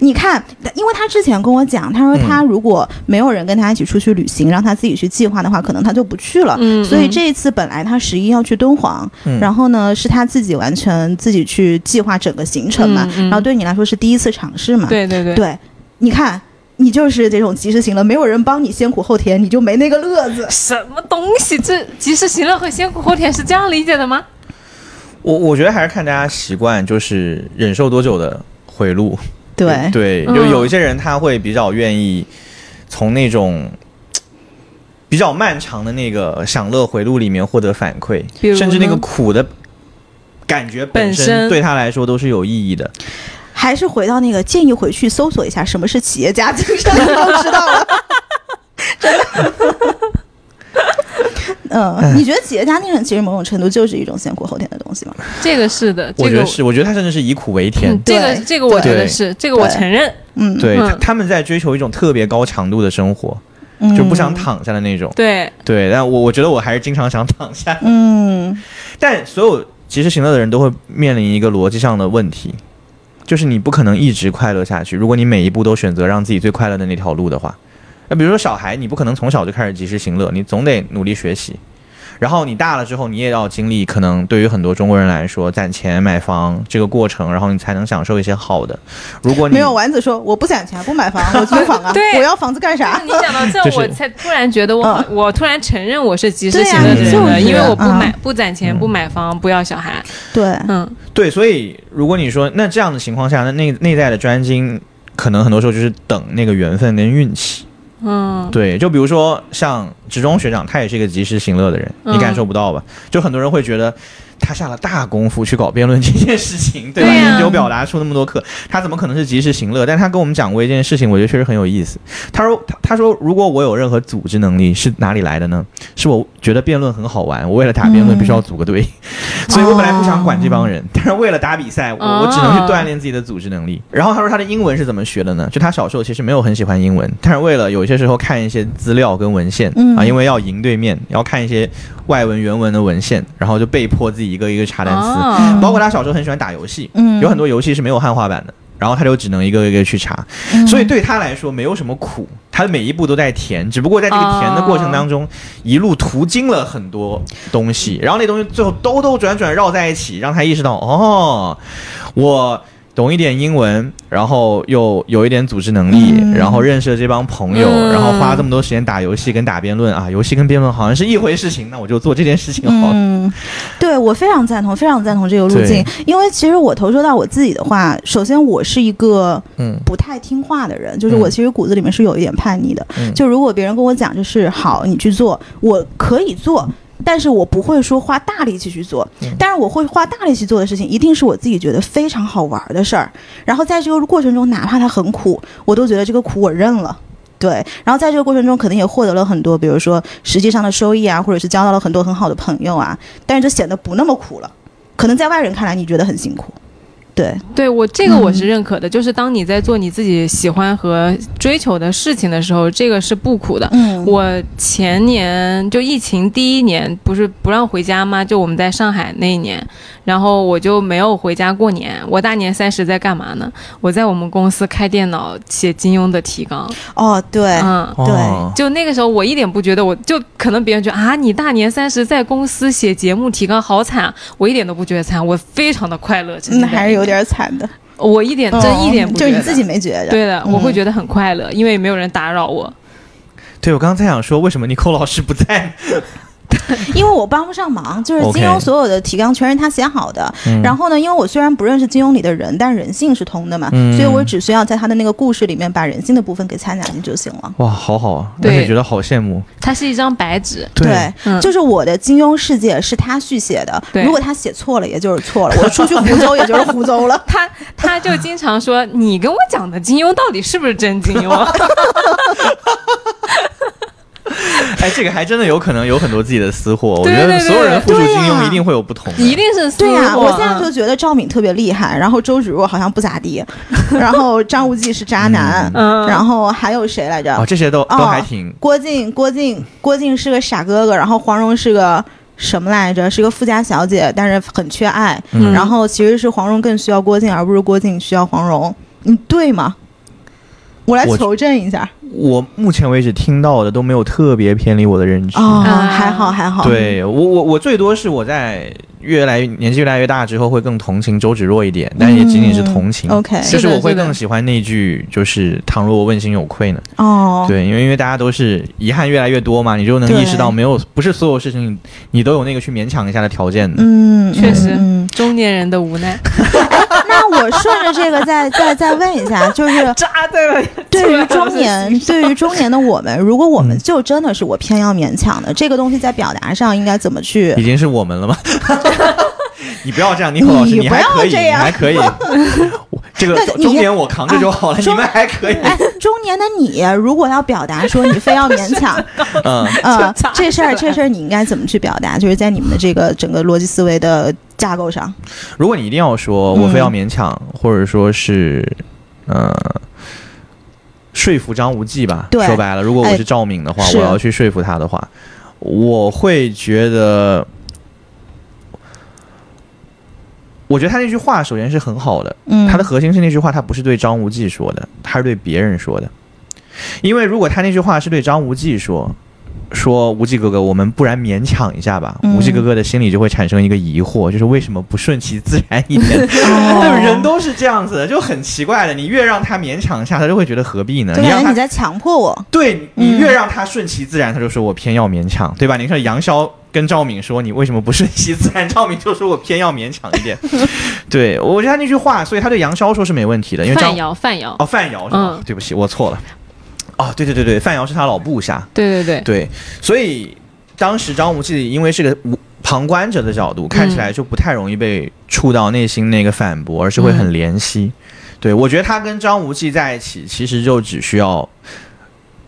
C: 你看，因为他之前跟我讲，他说他如果没有人跟他一起出去旅行，让他自己去计划的话，可能他就不去了。
B: 嗯
C: 所以
B: 嗯
C: 这一次本来他十一要去敦煌，
A: 嗯
C: 然后呢是他自己完全自己去计划整个行程嘛，
B: 嗯嗯
C: 然后对你来说是第一次尝试嘛。
B: 对对对，
C: 对你看。你就是这种及时行乐，没有人帮你先苦后甜，你就没那个乐子。
B: 什么东西？这及时行乐和先苦后甜是这样理解的吗？
A: 我我觉得还是看大家习惯，就是忍受多久的回路。
C: 对，
A: 对，
B: 嗯
A: 有有一些人他会比较愿意从那种比较漫长的那个享乐回路里面获得反馈
B: 比，如呢
A: 甚至那个苦的感觉本
B: 本身
A: 身对他来说都是有意义的。
C: 还是回到那个建议回去搜索一下什么是企业家精神，你就知道了。真的。嗯，你觉得企业家精神其实某种程度就是一种先苦后甜的东西吗？
B: 这个是的，这
A: 我觉
B: 个
A: 得是，我觉得他甚至是以苦为甜。
B: 嗯这个
C: 对
B: 这个我觉得
A: 对
B: 是，这个我
C: 对
B: 承认。
C: 嗯，
A: 对、
B: 嗯
A: 他他们在追求一种特别高强度的生活，
C: 嗯，
A: 就不想躺下的那种。
B: 对，，
A: 对，但我我觉得我还是经常想躺下。
C: 嗯，
A: 但所有及时行乐的人都会面临一个逻辑上的问题，就是你不可能一直快乐下去。如果你每一步都选择让自己最快乐的那条路的话，那比如说小孩，你不可能从小就开始及时行乐，你总得努力学习。然后你大了之后，你也要经历可能对于很多中国人来说攒钱买房这个过程，然后你才能享受一些好的。如果你
C: 没有丸子说我不攒钱，不买房，我租房啊
B: 对
C: 我要房子干啥？
B: 你讲到这，
A: 就是
B: 我才突然觉得我好，我突然承认我是及时行乐的
A: 对啊
B: 人了，
A: 就是
B: 因为我不
C: 啊
B: 买、不攒钱、不买房、不要小孩。
C: 对，
B: 嗯，
A: 对，所以如果你说那这样的情况下，那内内在的专精，可能很多时候就是等那个缘分跟运气。
B: 嗯，
A: 对，就比如说像职中学长，他也是一个及时行乐的人，
B: 嗯
A: 你感受不到吧？就很多人会觉得他下了大功夫去搞辩论这件事情，对吧？
B: 对呀啊
A: 研究表达出那么多课，他怎么可能是及时行乐？但他跟我们讲过一件事情，我觉得确实很有意思。他说，他他说，如果我有任何组织能力，是哪里来的呢？是我觉得辩论很好玩，我为了打辩论
B: 嗯
A: 必须要组个队，
B: 哦
A: 所以我本来不想管这帮人，但是为了打比赛，我我只能去锻炼自己的组织能力。然后他说他的英文是怎么学的呢？就他小时候其实没有很喜欢英文，但是为了有些时候看一些资料跟文献、
C: 嗯
A: 啊，因为要赢对面，要看一些外文原文的文献，然后就被迫自己一个一个查单词。
B: 哦
A: 包括他小时候很喜欢打游戏，
C: 嗯，
A: 有很多游戏是没有汉化版的，然后他就只能一个一个去查。
C: 嗯，
A: 所以对他来说没有什么苦，他每一步都在甜，只不过在这个甜的过程当中，一路途经了很多东西，然后那东西最后兜兜转转绕在一起，让他意识到哦，我。懂一点英文，然后又有一点组织能力，
C: 嗯
A: 然后认识了这帮朋友，
B: 嗯
A: 然后花这么多时间打游戏跟打辩论啊，游戏跟辩论好像是一回事情，那我就做这件事情好了。
C: 嗯，对我非常赞同，非常赞同这个路径
A: 对，
C: 因为其实我投射到我自己的话，首先我是一个
A: 嗯
C: 不太听话的人，就是我
A: 嗯
C: 其实骨子里面是有一点叛逆的。
A: 嗯
C: 就如果别人跟我讲这是好，你去做，我可以做。但是我不会说花大力气去做
A: 嗯，
C: 但是我会花大力气做的事情，一定是我自己觉得非常好玩的事儿。然后在这个过程中，哪怕它很苦，我都觉得这个苦我认了。对，然后在这个过程中，肯定也获得了很多，比如说实际上的收益啊，或者是交到了很多很好的朋友啊，但是就显得不那么苦了。可能在外人看来，你觉得很辛苦，对，
B: 对我这个我是认可的，就是当你在做你自己喜欢和追求的事情的时候，这个是不苦的。
C: 嗯
B: 我前年就疫情第一年，不是不让回家吗？就我们在上海那一年，然后我就没有回家过年。我大年三十在干嘛呢？我在我们公司开电脑写金庸的提纲。
C: 哦，对，
B: 嗯，
C: 对
A: 哦
B: 就那个时候我一点不觉得我，就可能别人觉得啊，你大年三十在公司写节目提纲好惨啊，我一点都不觉得惨，我非常的快乐。沉浸
C: 那
B: 在
C: 还是有点惨的，
B: 我一点真一点
C: 嗯
B: 不觉
C: 就
B: 得，
C: 是你自己没觉得，
B: 对的，
C: 嗯
B: 我会觉得很快乐，因为没有人打扰我。
A: 对我刚才想说，为什么尼寇老师不在？
C: 因为我帮不上忙，就是
A: OK
C: 金庸所有的提纲全是他写好的。
A: 嗯
C: 然后呢，因为我虽然不认识金庸里的人，但人性是通的嘛，
A: 嗯
C: 所以我只需要在他的那个故事里面把人性的部分给掺杂进就行了。
A: 哇，好好啊，而
B: 对
A: 且觉得好羡慕。
B: 它是一张白纸，
C: 对，
B: 嗯
C: 就是我的金庸世界是他续写的，
B: 对
C: 如果他写错了，也就是错了，我出去胡诌，也就是胡诌 了。
B: 他他就经常说：“你跟我讲的金庸到底是不是真金庸
A: 哎，这个还真的有可能有很多自己的私货。我
B: 对
A: 觉得
B: 对
A: 所有人复述
C: 对
A: 金
C: 对呀
A: 庸一定会有不同？”的。
B: 一定是私
C: 对呀、
B: 货
C: 我现在就觉得赵敏特别厉害，然后周芷若好像不 咋地，然后张无忌是渣男，
B: 嗯
C: 然后还有谁来着？
A: 哦，这些都都
C: 哦
A: 还挺
C: 郭靖，郭靖，郭靖是个傻哥哥，然后黄蓉是个什么来着？是个富家小姐，但是很缺爱。
A: 嗯
C: 然后其实是黄蓉更需要郭靖，而不是郭靖需要黄蓉。你对吗？我来
A: 我
C: 求证一下。
A: 我目前为止听到的都没有特别偏离我的认知。
C: 哦，
B: 啊
C: 还好还 好。，
A: 对我我我最多是我在越来越年纪越来越大之后会更同情周芷若一点，但也仅仅是同情。
C: 嗯 OK，
A: 就是是
B: 的
A: 我会
B: 是的
A: 更喜欢那句，就是“倘若我问心有愧”呢。
C: 哦，
A: 对，因为因为大家都是遗憾越来越多嘛，你就能
C: 对
A: 意识到没有不是所有事情你你都有那个去勉强一下的条件的。
C: 嗯，
B: 确实
C: 嗯。嗯
B: 中年人的无奈。
C: 那我顺着这个再再再问一下， 就是
B: 扎对了，
C: 对于中年，对于中年的我们，如果我们
A: 嗯
C: 就真的是我偏要勉强的这个东西，在表达上应该怎么去
A: 已经是我们了吗？ 你不要这样，尼克老师，
C: 你
A: 你还
C: 不要
A: 可以，
C: 这
A: 你
C: 样
A: 还可以。我这个
C: 那你
A: 中年我扛着就好了，
C: 啊
A: 你们还可以。
C: 哎，中年的你如果要表达说你非要勉 强，
A: 嗯，
C: 呃
B: 就，
C: 这事儿这事儿你应该怎么去表达？就是在你们的这个整个逻辑思维的架构上，
A: 如果你一定要说，
C: 嗯
A: 我非要勉强，或者说是，呃，说服张无忌吧。
C: 对
A: 说白了，如果我
C: 哎
A: 是赵敏的话，
C: 是
A: 我要去说服他的话，我会觉得，我觉得他那句话首先是很好的，
C: 嗯，
A: 他的核心是那句话，他不是对张无忌说的，他是对别人说的。因为如果他那句话是对张无忌说，说无忌哥哥，我们不然勉强一下吧，
C: 嗯
A: 无忌哥哥的心里就会产生一个疑惑，就是为什么不顺其自然一点？
C: 哦
A: 对，人都是这样子的，就很奇怪的。你越让他勉强一下，他就会觉得何必呢？嗯
C: 就
A: 你让
C: 感觉
A: 他
C: 啊哎你在强迫我，
A: 对你
C: 嗯
A: 越让他顺其自然，他就说我偏要勉强，对吧？你看杨逍跟赵敏说你为什么不顺其自然，赵敏就说我偏要勉强一 点。对我觉得他那句话，所以他对杨逍说是没问题的，因为
B: 范
A: 张
B: 瑶，范瑶，
A: 哦范瑶是吗？
B: 嗯
A: 对不起，我错了。哦，对对对对，范瑶是他老部下，
B: 对对对，
A: 对，所以当时张无忌因为是个无旁观者的角度，看起来就不太容易被触到内心那个反驳，而是会很怜惜。对我觉得他跟张无忌在一起，其实就只需要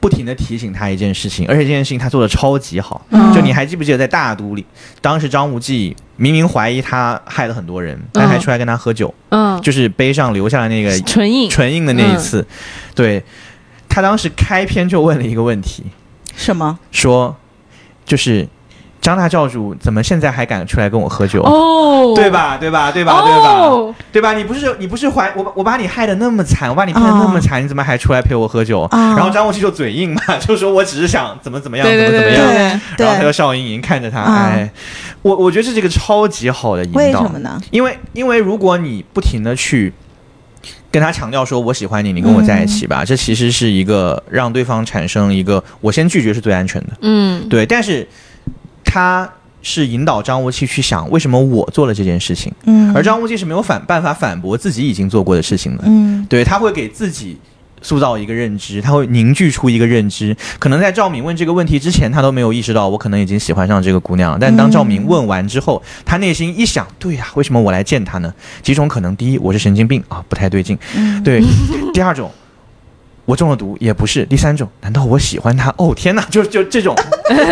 A: 不停的提醒他一件事情，而且这件事情他做的超级好。
B: 嗯
A: 就你还记不记得在大都里，当时张无忌明明怀疑他害了很多人，但还出来跟他喝酒，
B: 嗯，
A: 就是背上留下了那个
B: 纯硬，
A: 唇印的那一次。对他当时开篇就问了一个问题，
C: 什么？
A: 说，就是张大教主怎么现在还敢出来跟我喝酒？
B: 哦，
A: 对？吧？对吧？对吧？
B: 哦，
A: 对吧？对吧？你不是你不是还我把我把你害得那么惨，我把你骗得那么惨，你怎么还出来陪我喝酒？
C: 啊
A: 然后张无忌就嘴硬嘛， 就说我只是想怎么怎么样，
B: 对对
A: 怎么
B: 对
A: 怎么样。
C: 对
A: 然后他就
C: 对，
A: 笑盈盈看着他，
C: 啊
A: 哎，我我觉得这是一个超级好的引导。
C: 为什么呢？
A: 因为因为如果你不停的去跟他强调说我喜欢你，你跟我在一起吧，这其实是一个让对方产生一个我先拒绝是最安全的。
B: 嗯，
A: 对，但是他是引导张无忌去想为什么我做了这件事情，
C: 嗯，
A: 而张无忌是没有反办法反驳自己已经做过的事情的。
C: 嗯
A: 对他会给自己塑造一个认知，他会凝聚出一个认知。可能在赵敏问这个问题之前，他都没有意识到我可能已经喜欢上这个姑娘了。但当赵敏问完之后，他内心一想，对呀、为什么我来见她 呢？几种可能：第一，我是神经病啊，不太对劲；
C: 嗯
A: 对，第二种。我中了毒也不是，第三种，难道我喜欢他？哦天哪，就就 这种，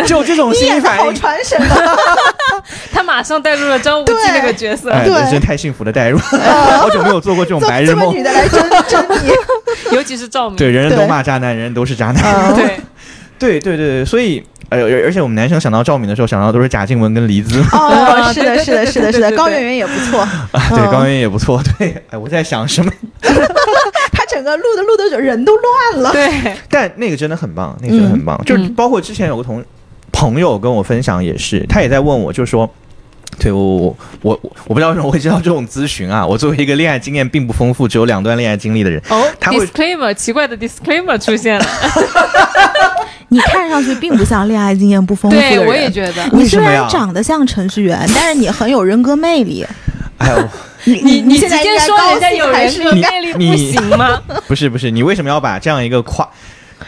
A: 就这种
C: 你
A: 心理
C: 演的
A: 反
C: 好
A: 应，
C: 传神啊！
B: 他马上带入了张无忌
C: 对
B: 那个角色，
A: 哎，
C: 对嗯
A: 人生太幸福的 代入， 好久没有做过这种
C: 这
A: 白
C: 么
A: 日
C: 这么
A: 梦
C: 女。的来争争 你，
B: 尤其是赵敏，
A: 对，人人都
C: 对嗯
A: 骂渣男，人人都是渣男。
B: 对
A: 对对对对，所以呃，而而且我们男生想到赵敏的时候，想到的都是贾静雯跟黎姿。
C: 哦，
B: 啊
C: 是的，
B: 对对
C: 是的，
B: 对
C: 是的，
B: 对
C: 是的，
B: 对对
C: 高圆圆也不错，
A: 对，
C: 嗯
A: 高圆圆也不错。 对，哎，我在想什么？
C: 她整个录的录的人都乱了。
B: 对，
A: 但那个真的很棒，那个真的很棒。就是
B: 嗯
A: 包括之前有个同朋友跟我分享，也是他也在问我，就说。对我我我我我不知道为什么我会接到这种咨询啊！我作为一个恋爱经验并不丰富，只有两段恋爱经历的人，
B: 哦
A: 他会
B: ，disclaimer，奇怪的 disclaimer 出现了，
C: 你看上去并不像恋爱经验不丰富的
B: 对
C: 人。
B: 我也觉得，
A: 为
C: 你
A: 什
C: 虽
A: 么
C: 然
A: 呀
C: 长得像程序员，但是你很有人格魅力。
A: 哎 呦，
C: 你
B: 你
C: 你
B: 直
C: 现在应
B: 接
C: 该
B: 说
C: 高
B: 人家
C: 兴
B: 有
C: 还
B: 人
C: 是
B: 格
A: 你
B: 魅力不
A: 你
B: 行 吗？
A: 不是不是，你为什么要把这样一个夸，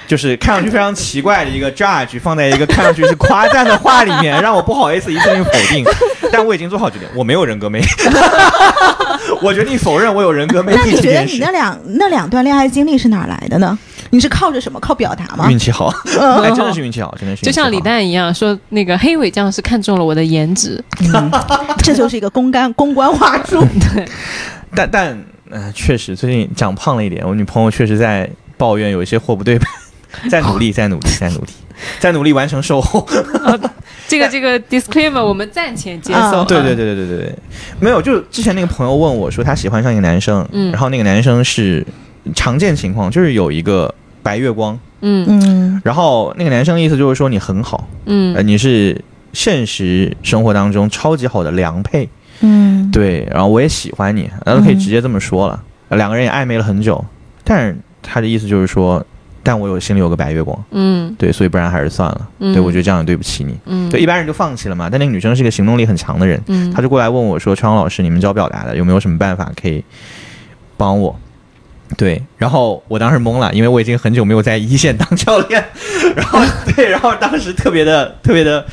A: 就是看上去非常奇怪的一个 judge 放在一个看上去是夸赞的话里面，让我不好意思一次性否定？但我已经做好决定，我没有人格魅力， 我决定否认我有人格魅
C: 那
A: 力
C: 你
A: 这
C: 觉得
A: 件
C: 你
A: 事
C: 那。两那两段恋爱经历是哪儿来的呢？你是靠着什么？靠表达吗
A: 运？气好，哎，真的是运气好，真的是运气好。
B: 嗯就像李诞一样说，那个黑尾酱是看中了我的颜 值，
C: 嗯这就是一个公干公关话 术。
A: 但但呃，确实最近长胖了一点，我女朋友确实在抱怨有一些货不对版， 在努力，在努力，在努力，在努力完成售后。
B: 这个这个 disclaimer 我们暂且接
C: 啊
B: 受。
A: 对对对对对对对，没有，就之前那个朋友问我说他喜欢上一个男生，
B: 嗯
A: 然后那个男生是常见情况就是有一个白月光，
B: 嗯
C: 嗯，
A: 然后那个男生的意思就是说你很好，呃，
B: 嗯，
A: 你是现实生活当中超级好的良配，
C: 嗯，
A: 对，然后我也喜欢你，然后可以
C: 嗯
A: 直接这么说了，呃两个人也暧昧了很久，但是他的意思就是说，但我有心里有个白月光，
B: 嗯
A: 对，所以不然还是算了，
B: 嗯
A: 对我觉得这样也对不起你，
B: 嗯，
A: 对，一般人就放弃了嘛，但那个女生是个行动力很强的人。
B: 嗯，
A: 他就过来问我说：“川老师，你们教表达的有没有什么办法可以帮我？”对，然后我当时懵了，因为我已经很久没有在一线当教练， 然后对，然后当时特别的特别的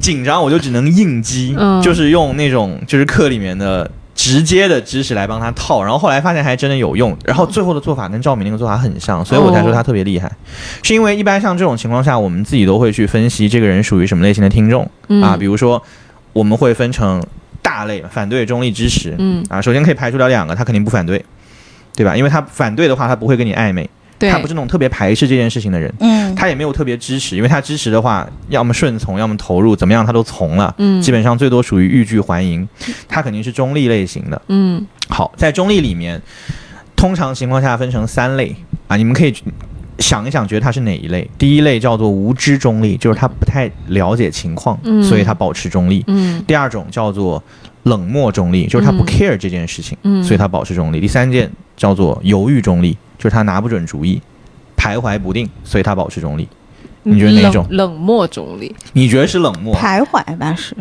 A: 紧张，我就只能应激，
B: 嗯
A: 就是用那种就是课里面的直接的知识来帮他套，然后后来发现还真的有用，然后最后的做法跟赵敏那个做法很像，所以我才说他特别厉害，
B: 哦
A: 是因为一般像这种情况下，我们自己都会去分析这个人属于什么类型的听众，
B: 嗯
A: 啊，比如说我们会分成大类，反对、中立、支持。
B: 嗯，
A: 啊，首先可以排除掉两个，他肯定不反对，对吧？因为他反对的话，他不会跟你暧昧，
B: 对，
A: 他不是那种特别排斥这件事情的人，
C: 嗯，
A: 他也没有特别支持，因为他支持的话，要么顺从，要么投入，怎么样他都从了。
B: 嗯
A: 基本上最多属于欲拒还迎，他肯定是中立类型的。
B: 嗯
A: 好，在中立里面，通常情况下分成三类啊，你们可以想一想，觉得他是哪一类？第一类叫做无知中立，就是他不太了解情况，
B: 嗯
A: 所以他保持中立；
B: 嗯
A: 第二种叫做冷漠中立，就是他不
B: 嗯
A: care 这件事情，
B: 嗯，
A: 所以他保持中立；第三件叫做犹豫中立，就是他拿不准主意，徘徊不定，所以他保持中立。你觉得哪一种
B: 冷冷漠中立？
A: 你觉得是冷漠？
C: 徘徊吧是。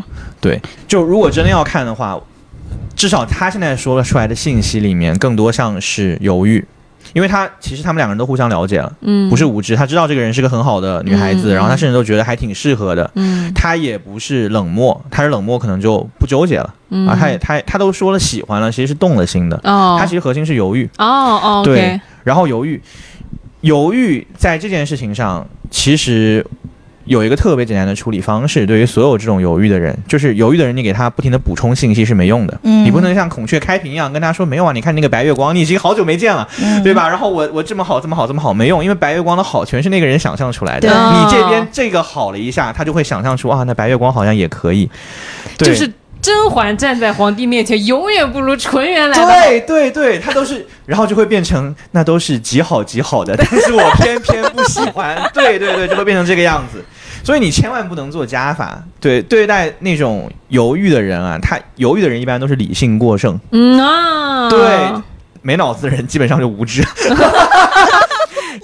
A: 就如果真的要看的话，至少他现在说了出来的信息里面，更多像是犹豫，因为他其实他们两个人都互相了解了，
B: 嗯，
A: 不是无知，他知道这个人是个很好的女孩子，
B: 嗯
A: 然后他甚至都觉得还挺适合的。
B: 嗯
A: 他也不是冷漠，他是冷漠可能就不纠结了、
B: 嗯
A: 啊，他也他他都说了喜欢了，其实是动了心的，
B: 哦，
A: 他其实核心是犹豫，
B: 哦哦，
A: 对然后犹豫，犹豫在这件事情上，其实有一个特别简单的处理方式。对于所有这种犹豫的人，就是犹豫的人，你给他不停的补充信息是没用的。
C: 嗯
A: 你不能像孔雀开屏一样跟他说没有啊，你看那个白月光，你已经好久没见了，
C: 嗯
A: 对吧？然后我我这么好，这么好，这么好没用，因为白月光的好全是那个人想象出来的。
C: 对
A: 你这边这个好了一下，他就会想象出啊，那白月光好像也可以。对
B: 就是甄嬛站在皇帝面前，永远不如纯元来的
A: 对对对，他都是，然后就会变成那都是极好极好的，但是我偏偏不喜欢。 对对对，就会变成这个样子。所以你千万不能做加法。对，对待那种犹豫的人啊，他犹豫的人一般都是理性过剩，
B: 嗯啊，
A: 对，没脑子的人基本上就无知。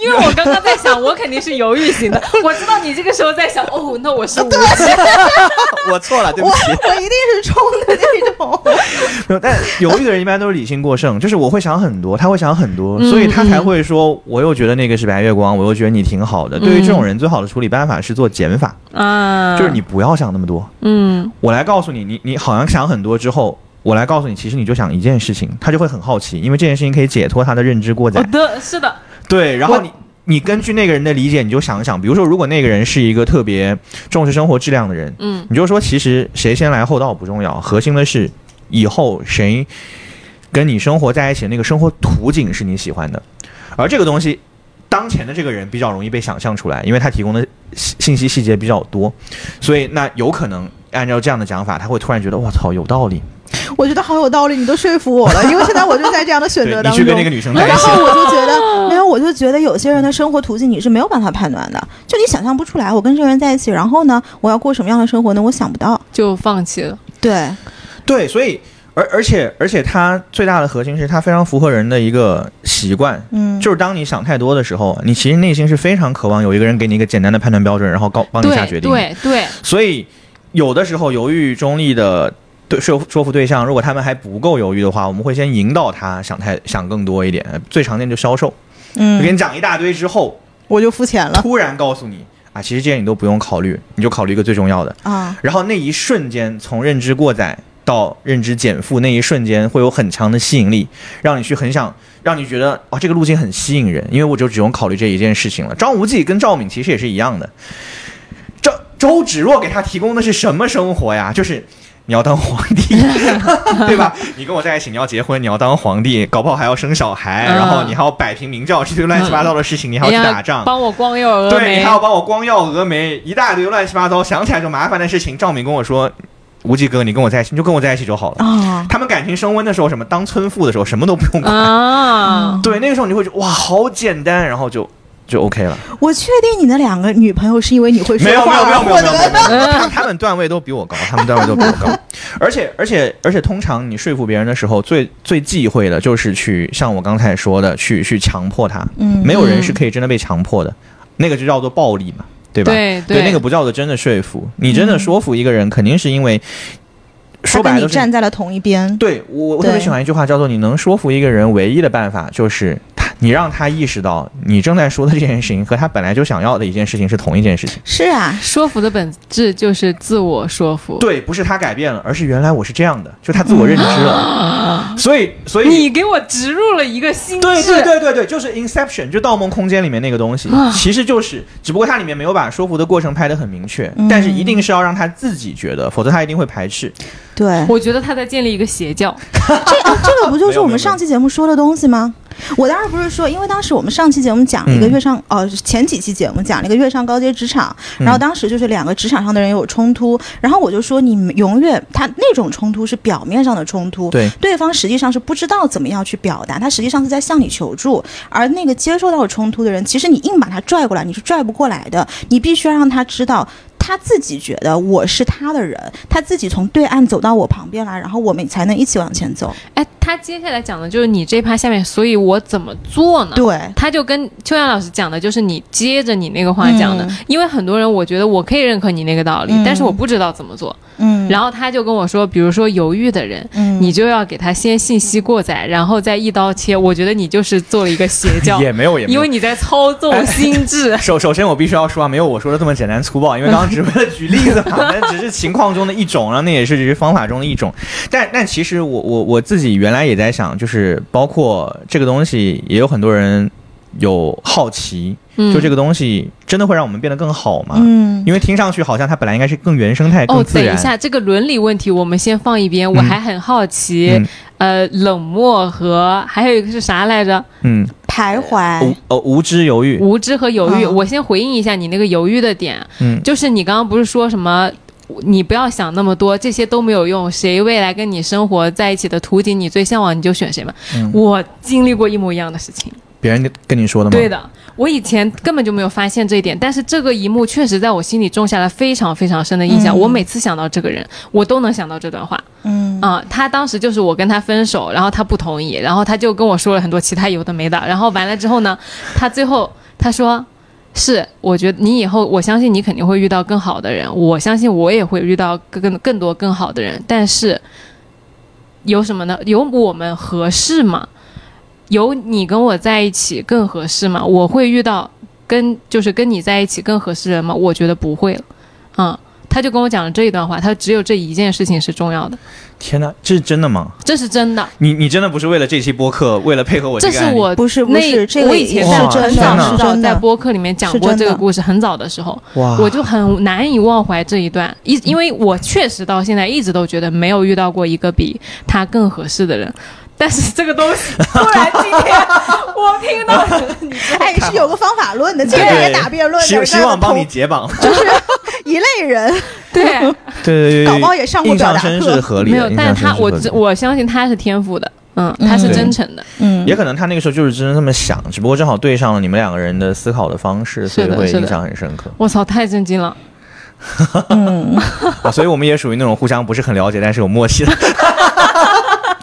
B: 因为我刚刚在想，我肯定是犹 豫型的，我知道你这个时候在想，哦，那我
A: 啊
B: 是无知，
A: 我错了，对
C: 我
A: 不起。
C: 我一定是冲的那种。
A: 没有，但犹豫的人一般都是理性过剩，就是我会想很多，他会想很多，
B: 嗯
A: 所以他才会说，我又觉得那个是白月光，我又觉得你挺好的。对于这种人，最好的处理办法是做减法，
B: 啊，
A: 就是你，不要想那么多。
B: 嗯
A: 我来告诉你，你你好像想很多之后，我来告诉你，其实你就想一件事情，他就会很好奇，因为这件事情可以解脱他的认知过载。
B: 我的是的，
A: 哦对，然后你你根据那个人的理解，你就想一想，比如说，如果那个人是一个特别重视生活质量的人，
B: 嗯，
A: 你就说，其实谁先来后到不重要，核心的是以后谁跟你生活在一起的那个生活图景是你喜欢的，而这个东西，当前的这个人比较容易被想象出来，因为他提供的信信息细节比较多，所以那有可能按照这样的讲法，他会突然觉得我操有道理，
C: 我觉得好有道理，你都说服我了，因为现在我就在这样的选
A: 对
C: 择
A: 你
C: 当
A: 去
C: 中。
A: 跟那个女生在一
C: 然
A: 起
C: 后。我就觉得，没有，我就觉得有些人的生活途径你是没有办法判断的，就你想象不出来。我跟这个人在一起，然后呢，我要过什么样的生活呢？我想不到。
B: 就放弃了。
C: 对，
A: 对，所以而而且而且它最大的核心是它非常符合人的一个习惯，
C: 嗯，
A: 就是当你想太多的时候，你其实内心是非常渴望有一个人给你一个简单的判断标准，然后告帮你下决
B: 对
A: 定。，
B: 对对，
A: 所以有的时候犹豫中立的。对说服说服对象，如果他们还不够犹豫的话，我们会先引导他想太想更多一点。最常见就销售，我给
C: 嗯，
A: 你讲一大堆之后，
C: 我就付钱了
A: 突然告诉你啊，其实这些你都不用考虑，你就考虑一个最重要的。
C: 啊。
A: 然后那一瞬间，从认知过载到认知减负那一瞬间，会有很强的吸引力，让你去很想，让你觉得哦，这个路径很吸引人，因为我就只用考虑这一件事情了。张无忌跟赵敏其实也是一样的，赵周芷若给他提供的是什么生活呀？就是。你要当皇帝， 对吧？你跟我在一起，你要结婚，你要当皇帝，搞不好还要生小孩，
B: 嗯
A: 然后你还要摆平明教这些乱七八糟的事情，你还要
B: 哎
A: 去
B: 呀
A: 打仗，
B: 帮我光耀峨
A: 对
B: 眉
A: 你还。要帮我光耀峨眉，一大堆乱七八糟，想起来就麻烦的事情。赵敏跟我说：“无忌哥，你跟我在一起，你就跟我在一起就好
B: 嗯
A: 了。
C: 啊，
A: 他们感情升温的时候，什么当村妇的时候，什么都不用管。
B: 啊，
A: 对，那个时候你会觉得哇，好简单，然后就就 OK 了。
C: 我确定你的两个女朋友是因为你会说
A: 没有没
C: 话啊
A: 有没有
C: 而
A: 没有
C: 获
A: 没有，
C: 得的。
A: 没有他他们段位都比我高，他们段位都比我高。而且而且而且，通常你说服别人的时候，最最忌讳的就是去像我刚才说的，去去强迫他。
C: 嗯
A: 没有人是可以真的被强迫的，那个就叫做暴力嘛，对吧？
B: 对
A: 对，那个不叫做真的说服。你真的说服一个人，肯定是因为说
C: 嗯他
A: 白
C: 跟
A: 了
C: 你
A: 是，
C: 站在了同一边。
A: 对我我特别
C: 对
A: 喜欢一句话，叫做“你能说服一个人，唯一的办法就是他，你让他意识到你正在说的这件事情和他本来就想要的一件事情是同一件事情。
C: 是啊，
B: 说服的本质就是自我说
C: 哦
B: 服。
A: 对，不是他改变了，而是原来我是这样的，就他自我认知了。 所以，所以
B: 你给我植入了一个心智，
A: 对对对对对，就是 Inception，就《盗梦空间》里面那个东西，
C: 啊
A: 其实就是，只不过它里面没有把说服的过程拍得很明确，
C: 嗯
A: 但是一定是要让他自己觉得，否则他一定会排斥。
C: 对，
B: 我觉得他在建立一个邪教。
C: 这个不就是我
A: 没有没有
C: 们上期节目说的东西吗？我当时不是说，因为当时我们上期节目讲了一个
A: 嗯
C: 月上，呃，前几期节目讲了一个月上高阶职场，
A: 嗯
C: 然后当时就是两个职场上的人有冲突，然后我就说你们永远他那种冲突是表面上的冲突，
A: 对，
C: 对方实际上是不知道怎么样去表达，他实际上是在向你求助，而那个接受到冲突的人，其实你硬把他拽过来，你是拽不过来的，你必须要让他知道。他自己觉得我是他的人，他自己从对岸走到我旁边来，然后我们才能一起往前走。
B: 哎，他接下来讲的就是你这趴下面，所以我怎么做呢？
C: 对，
B: 他就跟秋阳老师讲的，就是你接着你那个话讲的，
C: 嗯
B: 因为很多人我觉得我可以认可你那个道理，
C: 嗯
B: 但是我不知道怎么做。
C: 嗯，
B: 然后他就跟我说，比如说犹豫的人，
C: 嗯
B: 你就要给他先信息过载，然后再一刀切。我觉得你就是做了一个邪 教，
A: 也没有，也没
B: 因
A: 有。
B: 为。你在操纵心智
A: 首首先，我必须要说啊，没有我说的这么简单粗暴，因为刚刚只为了举例子嘛， 那只是情况中的一种，然后那也是只是方法中的一种。但但其实我我我自己原来也在想，就是包括这个东西，也有很多人有好奇，
B: 嗯
A: 就这个东西真的会让我们变得更好吗？
C: 嗯，
A: 因为听上去好像它本来应该是更原生态、
B: 哦
A: 更，自
B: 等
A: 然。
B: 一下，这个伦理问题我们先放一边，我
A: 嗯
B: 还很好奇，
A: 嗯
B: 呃，冷漠和还有一个是啥来着？
A: 嗯，
C: 徘徊
A: 无，呃无知犹豫，
B: 无知和犹豫。
C: 嗯
B: 我先回应一下你那个犹豫的点，
A: 嗯，
B: 就是你刚刚不是说什么？你不要想那么多，这些都没有用。谁未来跟你生活在一起的图景，你最向往，你就选谁嘛。
A: 嗯
B: 我经历过一模一样的事情。
A: 别人跟你说的吗？
B: 对的，我以前根本就没有发现这一点，但是这个一幕确实在我心里种下了非常非常深的印象。
C: 嗯
B: 我每次想到这个人，我都能想到这段话。
C: 嗯
B: 啊、他当时就是我跟他分手，然后他不同意，然后他就跟我说了很多其他有的没的，然后完了之后呢，他最后他说。是，我觉得你以后，我相信你肯定会遇到更好的人，我相信我也会遇到更更更多更好的人。但是，有什么呢？有我们合适吗？有你跟我在一起更合适吗？我会遇到跟就是跟你在一起更合适人吗？我觉得不会了，啊、他就跟我讲了这一段话，他只有这一件事情是重要的，
A: 天哪，这是真的吗？
B: 这是真的。
A: 你你真的不是为了这期播客，为了配合我
B: 这
A: 个
B: 是
A: 案例
B: 我
C: 不是不
B: 那
C: 是这个
B: 我以前
A: 也
B: 在
A: 是
B: 很
A: 真
B: 早
A: 的
B: 很
C: 是
B: 早
C: 真的
B: 在播客里面讲
C: 是
B: 过
C: 真
B: 这个
C: 的
B: 故事，很早的时候，
A: 哇，
B: 我就很难以忘怀这一段，一因为我确实到现在一直都觉得没有遇到过一个比他更合适的人。但是这个东 西，突然今天我听到了，
C: 哎，是有个方法论的，今
A: 对
C: 天也打辩论的，
A: 希希望
C: 大家
A: 帮
C: 都
A: 你解 绑，
C: 就是一类人，
B: 对，
A: 对对
C: 搞不好也上过
A: 印
C: 表
A: 象
C: 达
A: 深是
C: 课，
A: 合理的，
B: 没有，
A: 印
B: 但
A: 象
B: 是
A: 深
B: 他
A: 是
B: 我
A: 合理
B: 知
A: 的
B: 我相信他是天赋的，嗯，他是
A: 嗯
B: 真诚的，
C: 嗯
A: 也可能他那个时候就是真的这么想，只不过正好对上了你们两个人的思考的方式，所以
B: 是的
A: 会
B: 是的
A: 印象很深刻。
B: 我操，太震惊了！
C: 嗯。
A: 啊，所以我们也属于那种互相不是很了解，但是有默契的。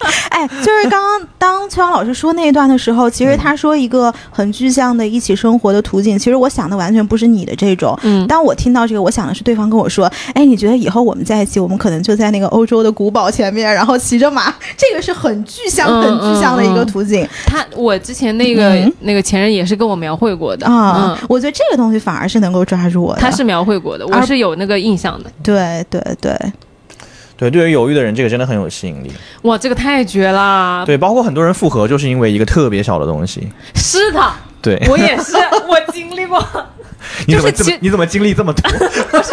C: 哎，就是刚刚当崔阳老师说那一段的时候，其
B: 嗯
C: 实他说一个很具象的一起生活的途径，其实我想的完全不是你的这种。
B: 嗯
C: 当我听到这个，我想的是对方跟我说：“哎，你觉得以后我们在一起，我们可能就在那个欧洲的古堡前面，然后骑着马。”这个是很具象、
B: 嗯
C: 很具象的一个途径
B: 他我之前那个、
C: 嗯
B: 那个前任也是跟我描绘过的
C: 啊、
B: 嗯，
C: 我觉得这个东西反而是能够抓住我的。
B: 他是描绘过的，我
C: 而
B: 是有那个印象的。
C: 对对对，
A: 对，对于犹豫的人，这个真的很有吸引力。
B: 哇，这个太绝啦！
A: 对，包括很多人复合，就是因为一个特别小的东西。
B: 是的，
A: 对，
B: 我也是，我经历过，
A: 你怎么
B: 就是
A: 这么
B: 其
A: 你怎么经历这么多？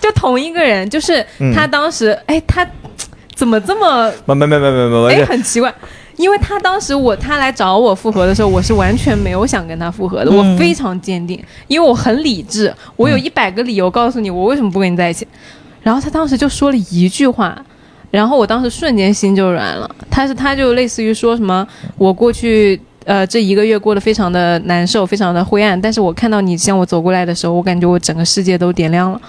B: 就同一个人，就是
A: 嗯
B: 他当时，哎，他怎么这么
A: 没没没没没没
B: 哎
A: 没，
B: 很奇怪？因为他当时我他来找我复合的时候，我是完全没有想跟他复合的，
C: 嗯
B: 我非常坚定，因为我很理智，我有一百个理由告诉你我为什么不跟你在一起。然后他当时就说了一句话，然后我当时瞬间心就软了。他是他就类似于说什么我过去。呃，这一个月过得非常的难受，非常的灰暗。但是我看到你向我走过来的时候，我感觉我整个世界都点亮了。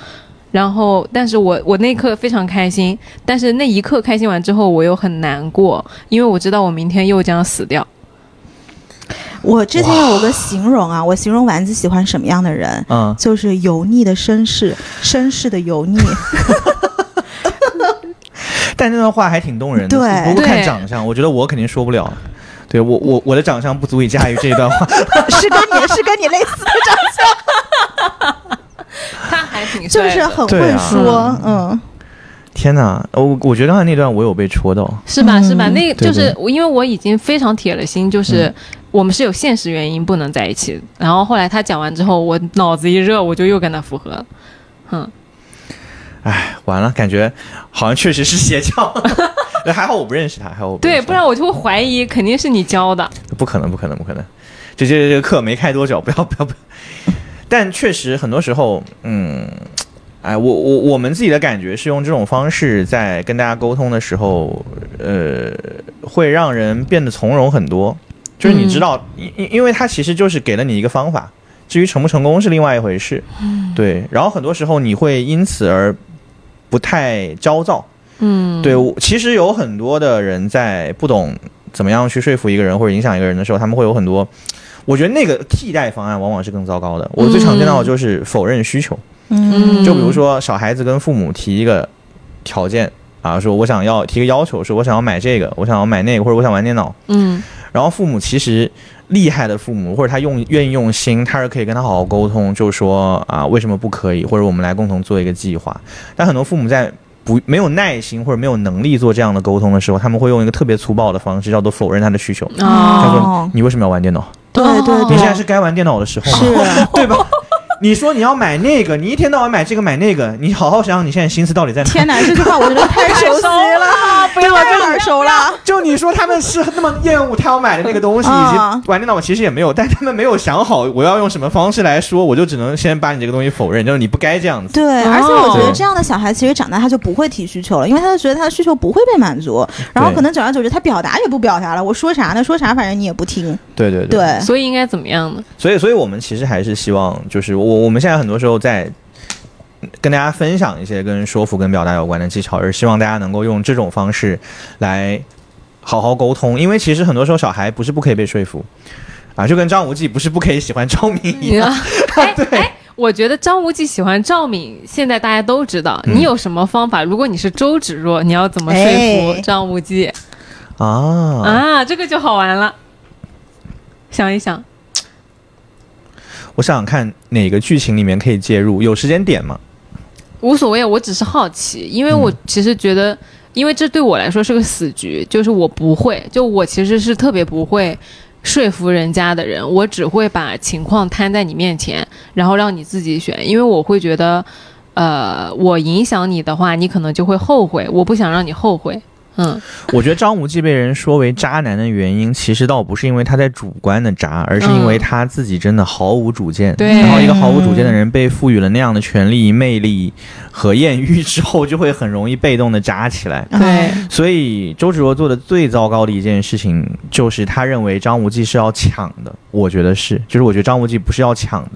B: 然后，但是我我那一刻非常开心，但是那一刻开心完之后，我又很难过，因为我知道我明天又将死掉。
C: 我之前有个形容啊，我形容丸子喜欢什么样的人，
A: 嗯，
C: 就是油腻的绅士，绅士的油腻。
A: 但那段话还挺动人的。
C: 对
A: 不过看
B: 对
A: 长相，我觉得我肯定说不了。对我我我的长相不足以驾驭这一段话。
C: 是跟你是跟你类似，
B: 他还挺
C: 就
B: 帅的
C: 是很
A: 对
C: 会
A: 啊
C: 说，嗯，
A: 天哪，我我觉得刚才那段我有被戳到。
B: 是吧？
C: 嗯
B: 是吧？那
A: 对
B: 就是我因为我已经非常铁了心，就是我们是有现实原因不能在一起。然后后来他讲完之后，我脑子一热，我就又跟他复合了。嗯，
A: 哎，完了，感觉好像确实是邪教。 对还好我不认识他，还好我不认
B: 对，
A: 识他
B: 不然我就会怀疑肯定是你教的。
A: 不可能，不可能，不可能！这这这个课没开多久，不 要不要不要！但确实很多时候，嗯，哎，我我我们自己的感觉是用这种方式在跟大家沟通的时候，呃，会让人变得从容很多。就是你知道，因、因因为它其实就是给了你一个方法，至于成不成功是另外一回事。对。然后很多时候你会因此而不太焦躁，
B: 嗯，
A: 对，我其实有很多的人在不懂怎么样去说服一个人或者影响一个人的时候，他们会有很多。我觉得那个替代方案往往是更糟糕的。我最常见到的就是否认需求，
B: 嗯
A: 就比如说小孩子跟父母提一个条件啊，说我想要提个要求，说我想要买这个，我想要买那个，或者我想玩电脑。
B: 嗯
A: 然后父母其实厉害的父母，或者他用愿意用心，他是可以跟他好好沟通，就说啊为什么不可以，或者我们来共同做一个计划。但很多父母在不没有耐心或者没有能力做这样的沟通的时候，他们会用一个特别粗暴的方式，叫做否认他的需求。
B: 啊，
A: 他
C: 叫
A: 说
C: 哦：“
A: 你为什么要玩电脑？
C: 对对对，
A: 你现在是该玩电脑的时候吗？
C: 是啊
A: 对吧？ 你说你要买那个，你一天到晚买这个买那个，你好好想想你现在心思到底在哪？
C: 天哪，这句话我觉得太熟 悉了，不要太耳熟了。
A: 就你说他们是那么厌恶他要买的那个东西，以及
C: 啊
A: 玩电脑，其实也没有，但他们没有想好我要用什么方式来说，我就只能先把你这个东西否认，就是你不该这样子。
C: 对，而且我觉得
A: 对
C: 这样的小孩其实长大他就不会提需求了，因为他就觉得他的需求不会被满足，然后可能久而久之他表达也不表达了，我说啥呢？说啥反正你也不听。
A: 对对
C: 对，
B: 所以应该怎么样呢？
A: 所以所以我们其实还是希望，就是我我们现在很多时候在。跟大家分享一些跟说服、跟表达有关的技巧，而希望大家能够用这种方式来好好沟通，因为其实很多时候小孩不是不可以被说服啊，就跟张无忌不是不可以喜欢赵敏一样，
B: 哎哎，我觉得张无忌喜欢赵敏，现在大家都知道。
A: 嗯
B: 你有什么方法？如果你是周芷若，你要怎么说
C: 哎
B: 服张无忌、
A: 啊
B: 啊？这个就好玩了。想一想，
A: 我想想看哪个剧情里面可以介入，有时间点吗？
B: 无所谓，我只是好奇，因为
A: 嗯
B: 我其实觉得，因为这对我来说是个死局，就是我不会，就我其实是特别不会说服人家的人，我只会把情况摊在你面前，然后让你自己选，因为我会觉得，呃，我影响你的话，你可能就会后悔，我不想让你后悔。嗯，
A: 我觉得张无忌被人说为渣男的原因，其实倒不是因为他在主观的渣，而是因为他自己真的毫无主见。
B: 对
A: 然后一个毫无主见的人被赋予了那样的权利、魅力和艳遇之后，就会很容易被动的渣起来。
B: 对
C: 嗯
A: 所以周芷若做的最糟糕的一件事情，就是他认为张无忌是要抢的。我觉得是，就是我觉得张无忌不是要抢的，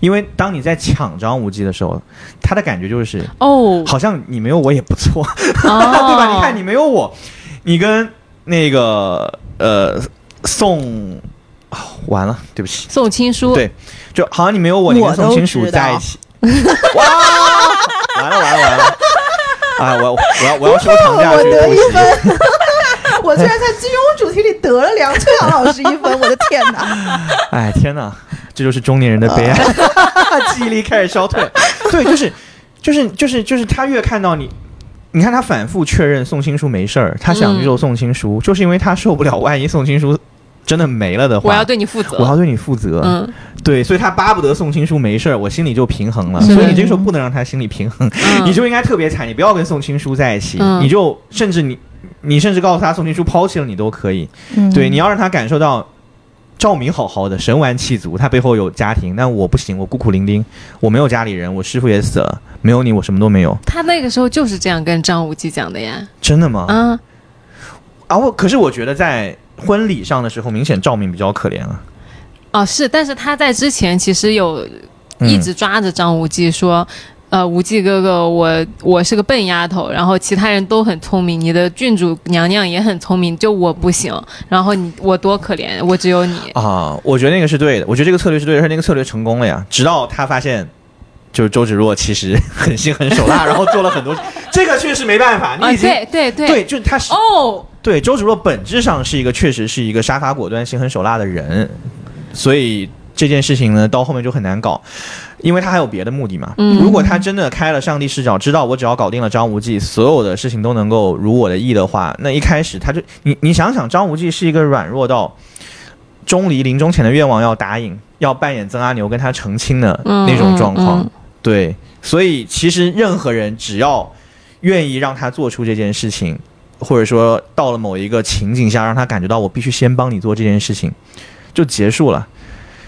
A: 因为当你在抢张无忌的时候，他的感觉就是
B: 哦，
A: 好像你没有我也不错。
B: 哦
A: 对吧？你看你没有我，你跟那个呃宋、哦完了，对不起，
B: 送亲书，
A: 对，就好像你没有我，你跟
C: 我都
A: 宋亲属
C: 知道
A: 在一起，哇， 完了完了完了，啊，我我要我要收长假
C: 我
A: 去
C: 得
A: 补
C: 一
A: 习。
C: 分， 我居然在金庸主题里得了梁翠阳老师一分，我的天哪！
A: 哎，天哪，这就是中年人的悲哀，
B: 啊
A: 记忆力开始消退。对，就是，就是，就是，就是他越看到你，你看他反复确认宋青书没事儿，他
B: 嗯
A: 想救宋青书，就是因为他受不了，万一宋青书真的没了的话，
B: 我要对你负责。
A: 我要对你负责。
B: 嗯
A: 对，所以他巴不得宋青书没事儿，我心里就平衡了。
B: 是的
A: 所以你这个时候不能让他心里平衡，
B: 嗯
A: 你就应该特别惨，你不要跟宋青书在一起，
B: 嗯
A: 你就甚至你，你甚至告诉他宋青书抛弃了你都可以。
B: 嗯
A: 对，你要让他感受到赵敏好好的，神完气足，他背后有家庭，但我不行，我孤苦伶仃，我没有家里人，我师傅也死了，没有你我什么都没有，
B: 他那个时候就是这样跟张无忌讲的呀。
A: 真的吗？
B: 啊，
A: 啊，我可是我觉得在婚礼上的时候，明显赵敏比较可怜啊，
B: 哦是，但是他在之前其实有
A: 嗯
B: 一直抓着张无忌说。呃，无忌哥哥，我我是个笨丫头，然后其他人都很聪明，你的郡主娘娘也很聪明，就我不行。然后你我多可怜，我只有你。
A: 啊，我觉得那个是对的，我觉得这个策略是对的，而且那个策略成功了呀。直到他发现，就是周芷若其实狠心狠手辣，然后做了很多，这个确实没办法，
B: 啊，
A: 你已经、
B: 对对对，
A: 对，就是他是、
B: 哦，
A: 对周芷若本质上是一个确实是一个杀伐果断、心狠手辣的人，所以这件事情呢，到后面就很难搞，因为他还有别的目的嘛。
B: 嗯
A: 如果他真的开了上帝视角，知道我只要搞定了张无忌，所有的事情都能够如我的意的话，那一开始他就你你想想，张无忌是一个软弱到钟离临终前的愿望要答应，要扮演曾阿牛跟他成亲的
B: 嗯
A: 那种状况。
B: 嗯嗯
A: 对，所以其实任何人只要愿意让他做出这件事情，或者说到了某一个情景下，让他感觉到我必须先帮你做这件事情，就结束了。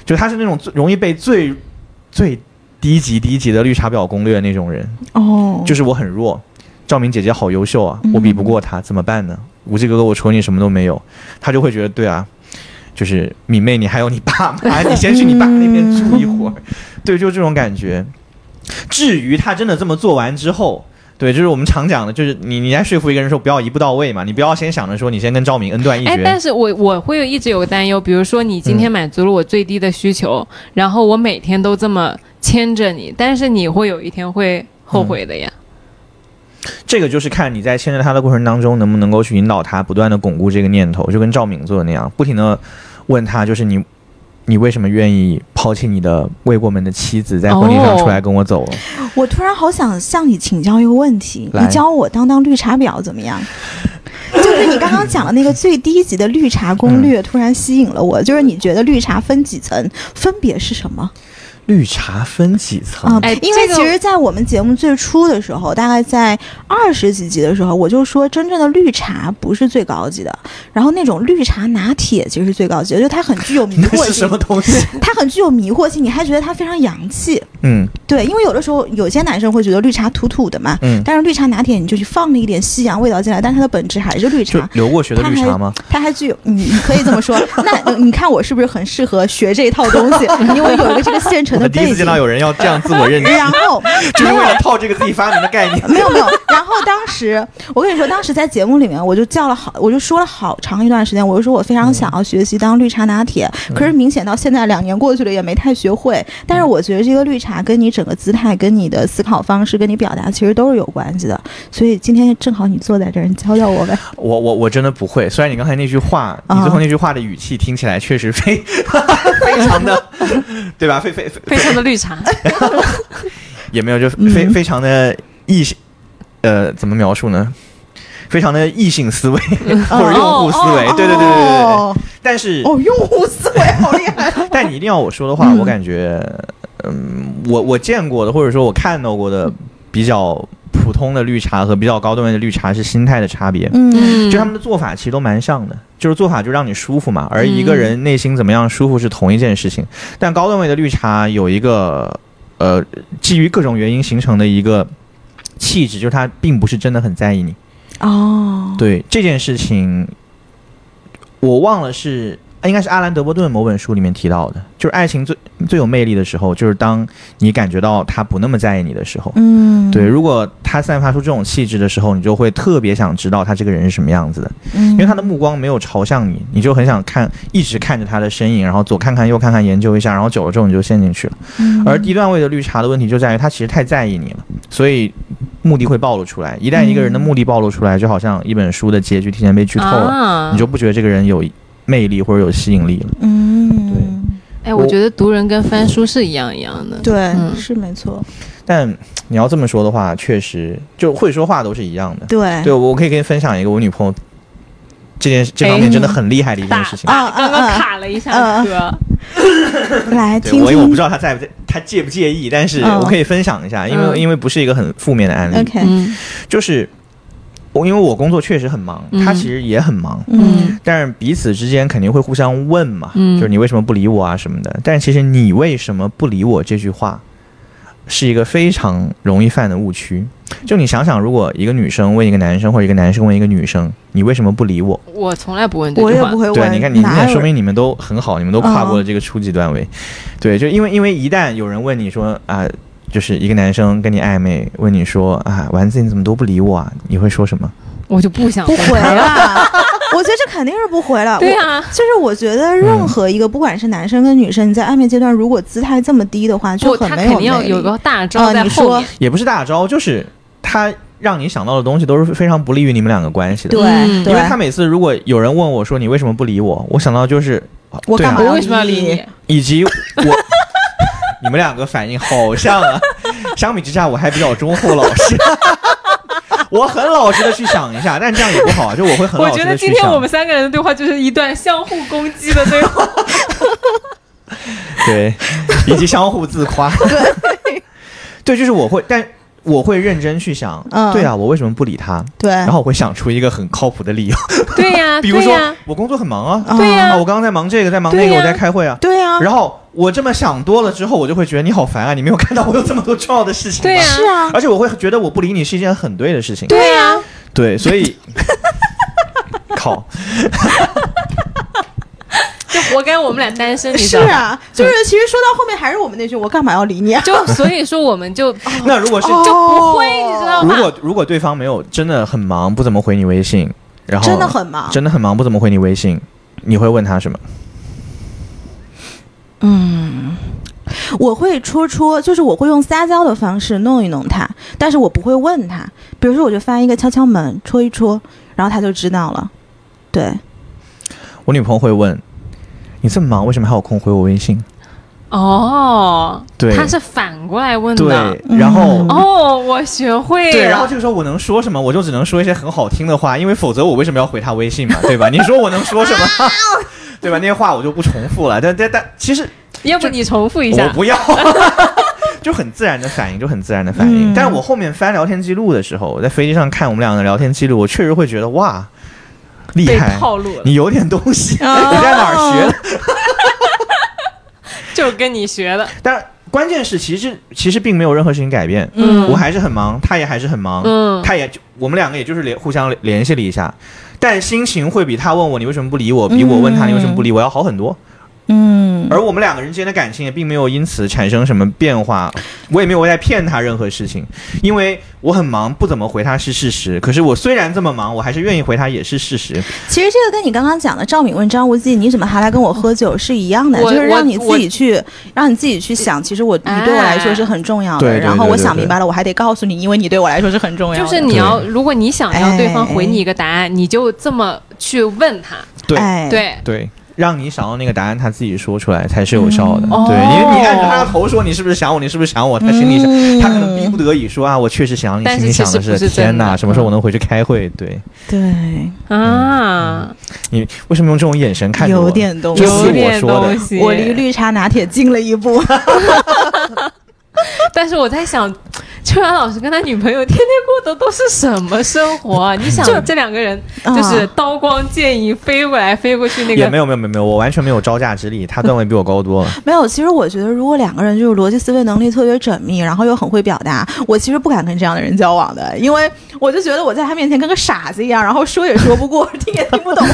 A: 就他是那种最容易被最最低级低级的绿茶婊攻略那种人，
C: 哦，
A: 就是我很弱，赵敏姐姐好优秀啊，
B: 嗯
A: 我比不过她，怎么办呢？无忌哥哥，我除了你什么都没有，他就会觉得对啊，就是敏妹，你还有你 爸妈，你先去你爸那边住一会儿，对，就这种感觉。至于他真的这么做完之后。对，就是我们常讲的，就是你你在说服一个人的时候，不要一步到位嘛，你不要先想着说你先跟赵敏恩断义
B: 哎，但
A: 绝，
B: 是我我会一直有个担忧，比如说你
A: 嗯
B: 今天满足了我最低的需求，然后我每天都这么牵着你，但是你会有一天会后悔的
A: 嗯
B: 呀。
A: 这个就是看你在牵着他的过程当中，能不能够去引导他不断的巩固这个念头，就跟赵敏做的那样，不停的问他，就是你你为什么愿意抛弃你的未过门的妻子，在婚礼上出来跟我走了？
C: 我突然好想向你请教一个问题，
A: 来
C: 你教我当当绿茶婊怎么样？ 就是你刚刚讲的那个最低级的绿茶攻略，
A: 嗯
C: 突然吸引了我。就是你觉得绿茶分几层，分别是什么
A: 绿茶分几层？
C: 啊、
B: 哎
C: 因为
B: 这个
C: 其实，在我们节目最初的时候，大概在二十几集的时候，我就说，真正的绿茶不是最高级的，然后那种绿茶拿铁其实是最高级的，就它很具有迷
A: 那
C: 惑
A: 是什
C: 性
A: 么，东西？
C: 它很具有迷惑性，你还觉得它非常洋气。
A: 嗯
C: 对，因为有的时候有些男生会觉得绿茶土土的嘛，
A: 嗯，
C: 但是绿茶拿铁你就去放了一点西洋味道进来，但它的本质还是绿
A: 就
C: 茶，
A: 留过学的绿茶吗？
C: 它还具有嗯你你可以这么说。那嗯你看我是不是很适合学这一套东 西？因为有一个这个现成
A: 我
C: 的
A: 第一
C: 背
A: 次见
C: 景
A: 到。有人要这样自我 认知，
C: 然后
A: 就是为了套这个自己发明的概念。
C: 没有没有，然后当时我跟你说，当时在节目里面我就叫了好，我就说了好长一段时间，我就说我非常想要学习当绿茶拿铁，
A: 嗯
C: 可是明显到现在两年过去了也没太学会。但是我觉得这个绿茶跟你整个姿态、跟你的思考方式、跟你表达其实都是有关系的。所以今天正好你坐在这儿，你教教我呗。
A: 我我我真的不会。虽然你刚才那句话，你最后那句话的语气听起来确实非 非常的，对吧？非非非哎
B: 非常的绿茶，
A: 也没有，就
C: 嗯
A: 非、非常的异性，呃，怎么描述呢？非常的异性 思维或者用户思维，哎对对对对对对。
C: 哦
A: 但是，
C: 哦，用户思维好厉害。
A: 但你一定要我说的话，
C: 嗯
A: 我感觉，嗯，我我见过的或者说我看到过的比较普通的绿茶和比较高段位的绿茶是心态的差别。
C: 嗯
A: 就他们的做法其实都蛮像的，就是做法就让你舒服嘛，而一个人内心怎么样舒服是同一件事情。但高段位的绿茶有一个呃，基于各种原因形成的一个气质，就是他并不是真的很在意你。
C: 哦，
A: 对这件事情，我忘了是应该是阿兰·德伯顿某本书里面提到的，就是爱情最最有魅力的时候，就是当你感觉到他不那么在意你的时候。
C: 嗯，
A: 对，如果他散发出这种气质的时候，你就会特别想知道他这个人是什么样子的。
C: 嗯，因
A: 因为他的目光没有朝向你，你就很想看，一直看着他的身影，然后左看看右看看，研究一下，然后久了之后你就陷进去了。
C: 嗯
A: 而低段位的绿茶的问题就在于，他其实太在意你了，所以目的会暴露出来。一旦一个人的目的暴露出来，就好像一本书的结局提前被剧透了，
B: 啊、
A: 你就不觉得这个人有魅力或者有吸引力了。
C: 嗯，
B: 哎，我
A: 我
B: 觉得读人跟翻书是一样一样的。
C: 对
B: 嗯
C: 对，是没错，
A: 但你要这么说的话，确实就会说话都是一样的。
C: 对
A: 对，我可以跟你分享一个我女朋友这件这方面
C: 哎
A: 真的很厉害的一件
B: 打
A: 事情。
C: 啊
B: 打，刚刚
C: 啊啊
B: 卡了一下
C: 啊
B: 歌，
C: 来
A: 对，
C: 听
A: 我也我不
C: 听
A: 知道他在不在，他介不介意，但是
C: 嗯
A: 我可以分享一下，因为、
B: 嗯
A: 因为不是一个很负面的案例
C: ，OK，
B: 嗯
A: 就是我因为我工作确实很忙，
B: 嗯
A: 他其实也很忙，
C: 嗯，
A: 但是彼此之间肯定会互相问嘛，
B: 嗯
A: 就是你为什么不理我啊什么的。但其实你为什么不理我这句话，是一个非常容易犯的误区。就你想想，如果一个女生问一个男生，或者一个男生问一个女生，你为什么不理我？
B: 我从来不问这
C: 我
B: 句
C: 也
B: 话
C: 不。会
A: 对，
C: 问，
A: 你看，你你
C: 哪
A: 看，
C: 有嗯
A: 说明你们都很好，你们都跨过了这个初级段位。对，就因为因为一旦有人问你说啊、就是一个男生跟你暧昧，问你说啊，丸子你怎么都不理我啊？你会说什么？
B: 我就不想
C: 不
B: 问
C: 回了。 我觉得这肯定是不回了。
B: 对啊
C: 我
B: 呀、
C: 就是我觉得
A: 嗯
C: 任何一个，不管是男生跟女生，你在暧昧阶段，如果姿态这么低的话，就
B: 不，
C: 很
B: 他
C: 没
B: 肯定
C: 有
B: 要
C: 魅
B: 有
C: 力
B: 个大招
C: 啊
B: 在
C: 你
B: 后
C: 说
B: 面。
A: 也不是大招，就是他让你想到的东西都是非常不利于你们两个关系的。
B: 嗯
C: 对，对
A: 因为他每次如果有人问我说你为什么不理我，我想到就是
C: 我
A: 对啊
C: 干嘛
B: 我
C: 要
B: 为什么要理
C: 理
B: 你？
A: 以及我，你们两个反应好像啊。相比之下，我还比较忠厚老实， 我很老实的去想一下，但这样也不好啊，就我会很
B: 我
A: 老
B: 觉
A: 实
B: 得
A: 的啊
B: 今
A: 去
B: 天
A: 想。
B: 我们三个人的对话就是一段相互攻击的对 话。
A: 对，以及相互自夸。对，就是我会，但我会认真去想，
C: 嗯
A: 对啊，我为什么不理他？
C: 对，
A: 然后我会想出一个很靠谱的理由，
B: 对呀、
A: 比如
B: 嗯啊对
A: 说、
B: 呀、
A: 我工作很忙啊，
C: 啊
B: 对呀
A: 啊，我刚刚在忙这个，在忙那
B: 对
A: 个，
B: 呀
A: 我在开会啊。
C: 对啊，
A: 然后我这么想多了之后，我就会觉得你好烦啊！你没有看到我有这么多重要的事情吗？
B: 对呀、
C: 是啊，
A: 而且我会觉得我不理你是一件很对的事情。
B: 对啊呀、
A: 对所 以靠，
B: 就活该我们俩单 身，你知
C: 是
B: 道吗？
C: 啊，就是其实说到后面还是我们那句“我干嘛要理你”啊？
B: 就所以说，我们就
A: 那如果是、
C: 哦
B: 就不会，你知道
A: 如
B: 吗？
A: 果如果对方没有真的很忙，不怎么回你微信，然后
C: 真的很忙，
A: 真的很忙，不怎么回你微信，你会问他什么？
C: 我会戳戳，就是我会用撒娇的方式弄一弄他，但是我不会问他。比如说，我就翻一个敲敲门，戳一戳，然后他就知道了。对，
A: 我女朋友会问你这么忙，为什么还有空回我微信？
B: 哦，
A: 对
B: 他是反过来问
A: 对
B: 的。，
A: 然后。
C: 嗯啊
B: 哦，我学会了。
A: 对，然后这个时候我能说什么？我就只能说一些很好听的话，因为否则我为什么要回他微信嘛，对吧？你说我能说什么？
C: 啊
A: 对吧？那些话我就不重复了。但但但其实
B: 要不你重复一
A: 我
B: 下？
A: 不要， 就很自然的反应，就很自然的反应。
C: 嗯
A: 但是我后面翻聊天记录的时候，我在飞机上看我们俩的聊天记录，我确实会觉得哇，厉
B: 被
A: 害，
B: 套路了，
A: 你有点东西，
C: 哦
A: 你在哪儿学的？
B: 就是跟你学的。
A: 但关键是，其实其实并没有任何事情改变，
B: 嗯
A: 我还是很忙，他也还是很忙，
B: 嗯
A: 他也就我们两个也就是联互相联系了一下，但心情会比他问我你为什么不理我，
B: 嗯
A: 比我问他你为什么不理我要好很多。
C: 嗯，
A: 而我们两个人之间的感情也并没有因此产生什么变化，我也没有在骗他任何事情，因为我很忙，不怎么回他是事实。可是我虽然这么忙，我还是愿意回他也是事实。
C: 其实这个跟你刚刚讲的赵敏问张无忌你怎么还来跟我喝酒是一样的，
B: 我
C: 就
B: 我
C: 是让你
B: 我
C: 自己去，让你自己去想。其实我你对我来说是很重要的，
A: 哎对对
C: 然后我想
A: 对对对
C: 明白了，我还得告诉你，因为你对我来说是很重要
B: 就
C: 的。
B: 是你要，
A: 对
B: 如果你想要对方回你一个答案，你就这么去问他。
A: 对
C: 哎，
B: 对，
A: 对，让你想要那个答案，他自己说出来才是有效的。
B: 嗯
A: 对，
B: 哦
A: 因为你按着他的头说，你是不是想我？你是不是想我？他心里想，
C: 嗯
A: 他可能逼不得已说啊，我确实想你，
B: 嗯但是
A: 心里想
B: 其实不是
A: 是天
B: 真
A: 哪，
B: 的
A: 什么时候我能回去开会？对
C: 对，
B: 啊，
A: 你为什么用这种眼神看着我？
C: 有点东西
A: 这。是
B: 有
A: 我
B: 点
A: 说的
B: 东。西。
C: 嗯我离绿茶拿铁近了一步，
B: 但是我在想，秋阳老师跟他女朋友天天过的都是什么生活啊？你想，这两个人
C: 啊嗯
B: 就是刀光剑影飞过来飞过去，那
A: 也没
B: 个
A: 有没有没有没有，我完全没有招架之力，他段位比我高多了。
C: 没有。其实我觉得，如果两个人就是逻辑思维能力特别缜密，然后又很会表达，我其实不敢跟这样的人交往的，因为我就觉得我在他面前跟个傻子一样，然后说也说不过， 听也听不懂。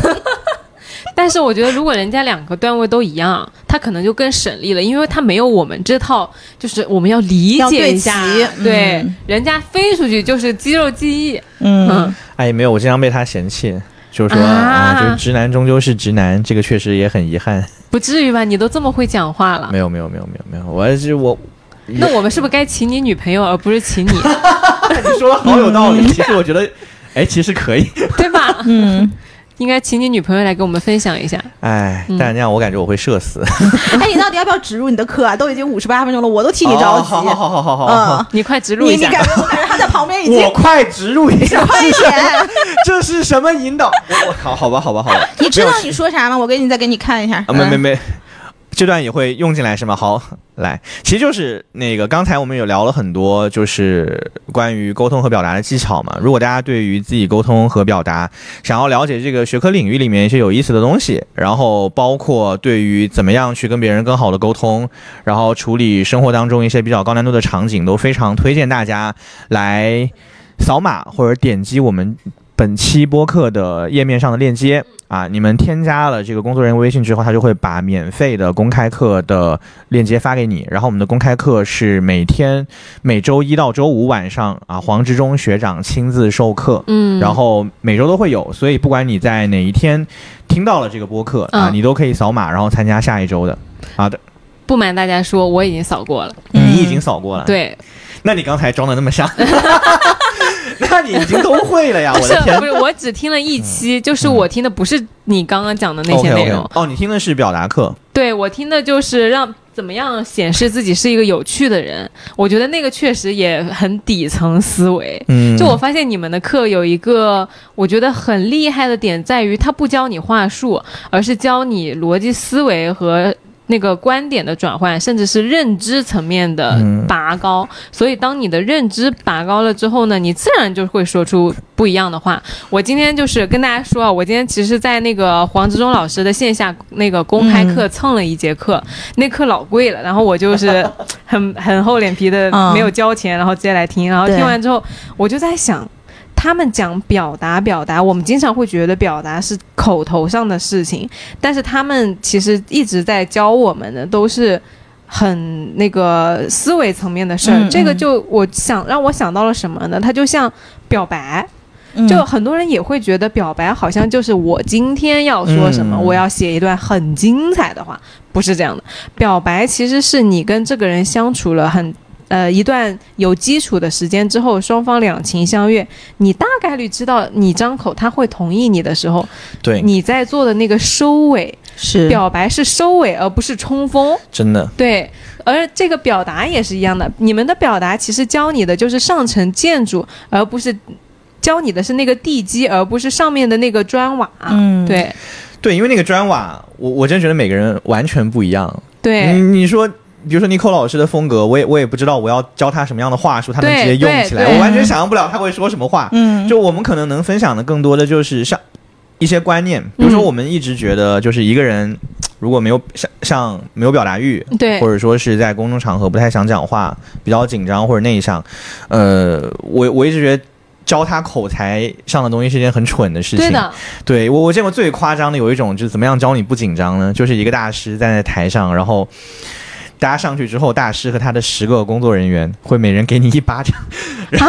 B: 但是我觉得，如果人家两个段位都一样，他可能就更省力了，因为他没有我们这套，就是我们要理
C: 要
B: 解
C: 对
B: 一下
C: 齐，嗯
B: 对，人家飞出去就是肌肉记忆，
C: 嗯
B: 嗯，
A: 哎，没有，我经常被他嫌弃，就是说
B: 啊
A: 啊就是直男终究是直男，这个确实也很遗憾。
B: 不至于吧？你都这么会讲话了
A: 没，有没有没有没有没有，我是我，
B: 那我们是不是该请你女朋友，而不是 请你，
A: 你说的好有道理。 其实我觉得，哎，其实可以。
B: 对吧？
C: 嗯，
B: 应该请你女朋友来给我们分享一下。
A: 哎，
B: 嗯
A: 但那样我感觉我会社死。
C: 哎，你到底要不要植入你的课啊？都已经五十八分钟了，我都替 你着
A: 哦
C: 急。
A: 好好好好好好好
C: 嗯，
B: 你快植入
C: 你
B: 一
C: 你
B: 下，
C: 感觉我感觉他在旁边已
A: 我
C: 经哎
A: 快植入一下，
C: 嗯快一点。
A: 这是什么引导？ 我我好好吧好吧好吧，
C: 你知
A: 没
C: 道
A: 有
C: 你说啥吗？我给你再给你看一下。
A: 啊，没没没，这段也会用进来是吗？好，来，其实就是那个刚才我们有聊了很多，就是关于沟通和表达的技巧嘛。如果大家对于自己沟通和表达想要了解这个学科领域里面一些有意思的东西，然后包括对于怎么样去跟别人更好的沟通，然后处理生活当中一些比较高难度的场景，都非常推荐大家来扫码或者点击我们。本期播客的页面上的链接，
B: 嗯
A: 啊，你们添加了这个工作人员微信之后，他就会把免费的公开课的链接发给你。然后我们的公开课是每天每周一到周五晚上啊，黄志忠学长亲自授课，
B: 嗯，
A: 然后每周都会有。所以不管你在哪一天听到了这个播客啊，
B: 嗯
A: 你都可以扫码然后参加下一周的。啊，对
B: 不瞒大家说，我已经扫过了。
C: 嗯
A: 你已经扫过了，，
B: 对，
A: 那你刚才装的那么 像，那你已经都会哎了呀！
B: 不
A: 我
B: 是
A: 的天嗯
B: 不。是，我只听了一期，就是我听的不是你刚刚讲的那些内
A: o k
B: 容
A: o k 哦，你听的是表达课，
B: 对我听的就是让怎么样显示自己是一个有趣的人。我觉得那个确实也很底层思维。
A: 嗯，
B: 就我发现你们的课有一个我觉得很厉害的点，在于它不教你话术，而是教你逻辑思维和那个观点的转换，甚至是认知层面的
A: 嗯
B: 拔高。所以，当你的认知拔高了之后呢，你自然就会说出不一样的话。我今天就是跟大家说啊，我今天其实，在那个黄志忠老师的线下那个公开课蹭了一节课，那课老贵了，然后我就是很 很厚脸皮的
C: 嗯
B: 没有交钱，然后直接来听，然后
C: 对
B: 听完之后，我就在想。他们讲表达，表达，我们经常会觉得表达是口头上的事情，但是他们其实一直在教我们的都是很那个思维层面的事儿。
C: 嗯
B: 这个
C: 嗯
B: 就我想让我想到了什么呢？它就像表白，
C: 嗯
B: 就很多人也会觉得表白好像就是我今天要说什么，
A: 嗯
B: 我要写一段很精彩的话，不是这样的。表白其实是你跟这个人相处了很。呃，一段有基础的时间之后，双方两情相悦，你大概率知道你张口他会同意你的时候，
A: 对，
B: 你在做的那个收尾，
C: 是
B: 表白是收尾，而不是冲锋。
A: 真的，
B: 对，而这个表达也是一样的。你们的表达其实教你的就是上层建筑，而不是教你的是那个地基，而不是上面的那个砖瓦。
C: 嗯
B: 对
A: 对，因为那个砖瓦，我我真觉得每个人完全不一样。你
B: 对
A: 你说，比如说 n i c o 老师的风格，我也我也不知道我要教他什么样的话术，他能直接
B: 对
A: 用
B: 对
A: 起来，
B: 对
A: 我完全想象不了他会说什么话。
C: 嗯，
A: 就我们可能能分享的更多的就是像一些观念，比如说
B: 嗯
A: 我们一直觉得就是一个人如果没有像像没有表达欲，
B: 对
A: 或，者说是在公众场合不太想讲话，比较紧张或者内向，呃，我我一直觉得教他口才上的东西是一件很蠢的事情。
B: 对的，
A: 对我，我见过最夸张的有一种，就是怎么样教你不紧张呢？就是一个大师站在台上，然后大家上去之后，大师和他的十个工作人员会每人给你一巴掌，
C: 一个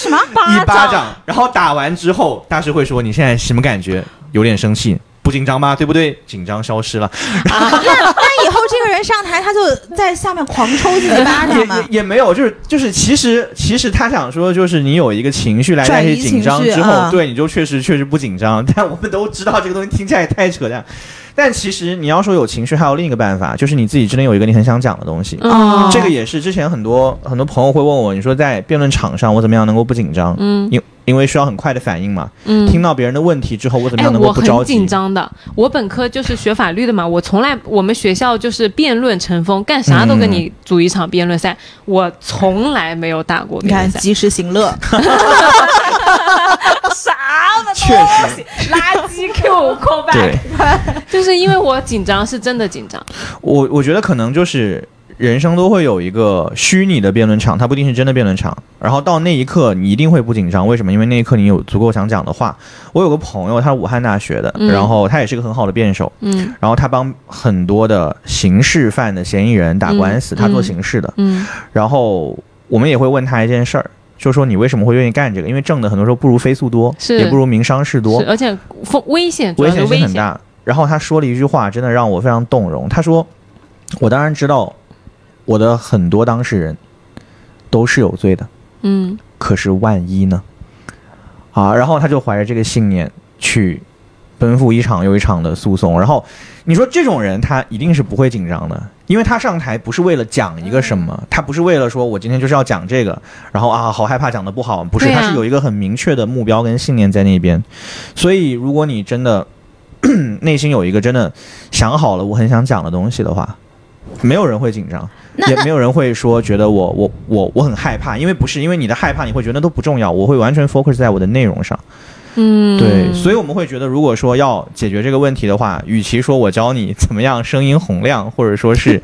C: 什么？
A: 一巴掌，然后打完之后，大师会说你现在什么感觉？有点生气，不紧张吧？对不对？紧张消失了。
C: 啊那以后这个个人上台，他就在下面狂抽自己巴 掌
A: 也
C: 嘛
A: 也。也没有，就是就是，其实其实他想说，就是你有一个情绪来代
C: 转移
A: 替紧张
C: 情绪
A: 之后，
B: 嗯
C: 啊
A: 对你就确实确实不紧张。 但我们都知道这个东西听起来也太扯淡。但其实你要说有情绪，还有另一个办法，就是你自己之内有一个你很想讲的东西。
B: 嗯
C: 哦
A: 这个也是之前很多很多朋友会问我，你说在辩论场上我怎么样能够不紧张？
B: 嗯
A: 因因为需要很快的反应嘛。
B: 嗯，
A: 听到别人的问题之后，我怎么
B: 哎，
A: 样能够
B: 我
A: 不着
B: 很
A: 急？
B: 紧张的。我本科就是学法律的嘛，我从来我们学校就是辩论成风，干啥都跟你组一场辩 论赛，我从来没有打过
C: 你
B: 辩
C: 看
B: 论，赛。
C: 及时行乐，
B: 啥嘛
A: 确实，
B: 垃圾 Q call
A: 对
B: back，就是 因为我紧张，是真的紧张。
A: 我我觉得可能就是人生都会有一个虚拟的辩论场，它不一定是真的辩论场。然后到那一刻，你一定会不紧张，为什么？因为那一刻你有足够想讲的话。我有个朋友，他是武汉大学的，
B: 嗯
A: 然后他也是个很好的辩手，
B: 嗯
A: 然后他帮很多的刑事犯的嫌疑人打官司，
B: 嗯
A: 他做刑事的。
B: 嗯
A: 然后我们也会问他一件事儿。就说你为什么会愿意干这个？因为挣的很多时候不如非诉多，
B: 是
A: 也不如民商事多
B: 是，，而且风危险，主
A: 危
B: 要是
A: 险
B: 危
A: 性很大。然后他说了一句话，真的让我非常动容。他说：“我当然知道我的很多当事人都是有罪的，
B: 嗯
A: 可是万一呢？”啊，然后他就怀着这个信念去奔赴一场又一场的诉讼。然后你说这种人他一定是不会紧张的，因为他上台不是为了讲一个什么，
B: 嗯
A: 他不是为了说我今天就是要讲这个，然后啊好害怕讲的不好，不是，
B: 对啊
A: 他是有一个很明确的目标跟信念在那边。所以如果你真的 内心有一个真的想好了我很想讲的东西的话。没有人会紧张，
C: 那
A: 也没有人会说觉得我我我我很害怕，因为不是因为你的害怕，你会觉得那都不重要，我会完全 focus 在我的内容上。
B: 嗯，
A: 对，所以我们会觉得，如果说要解决这个问题的话，与其说我教你怎么样声音洪亮，或者说 是，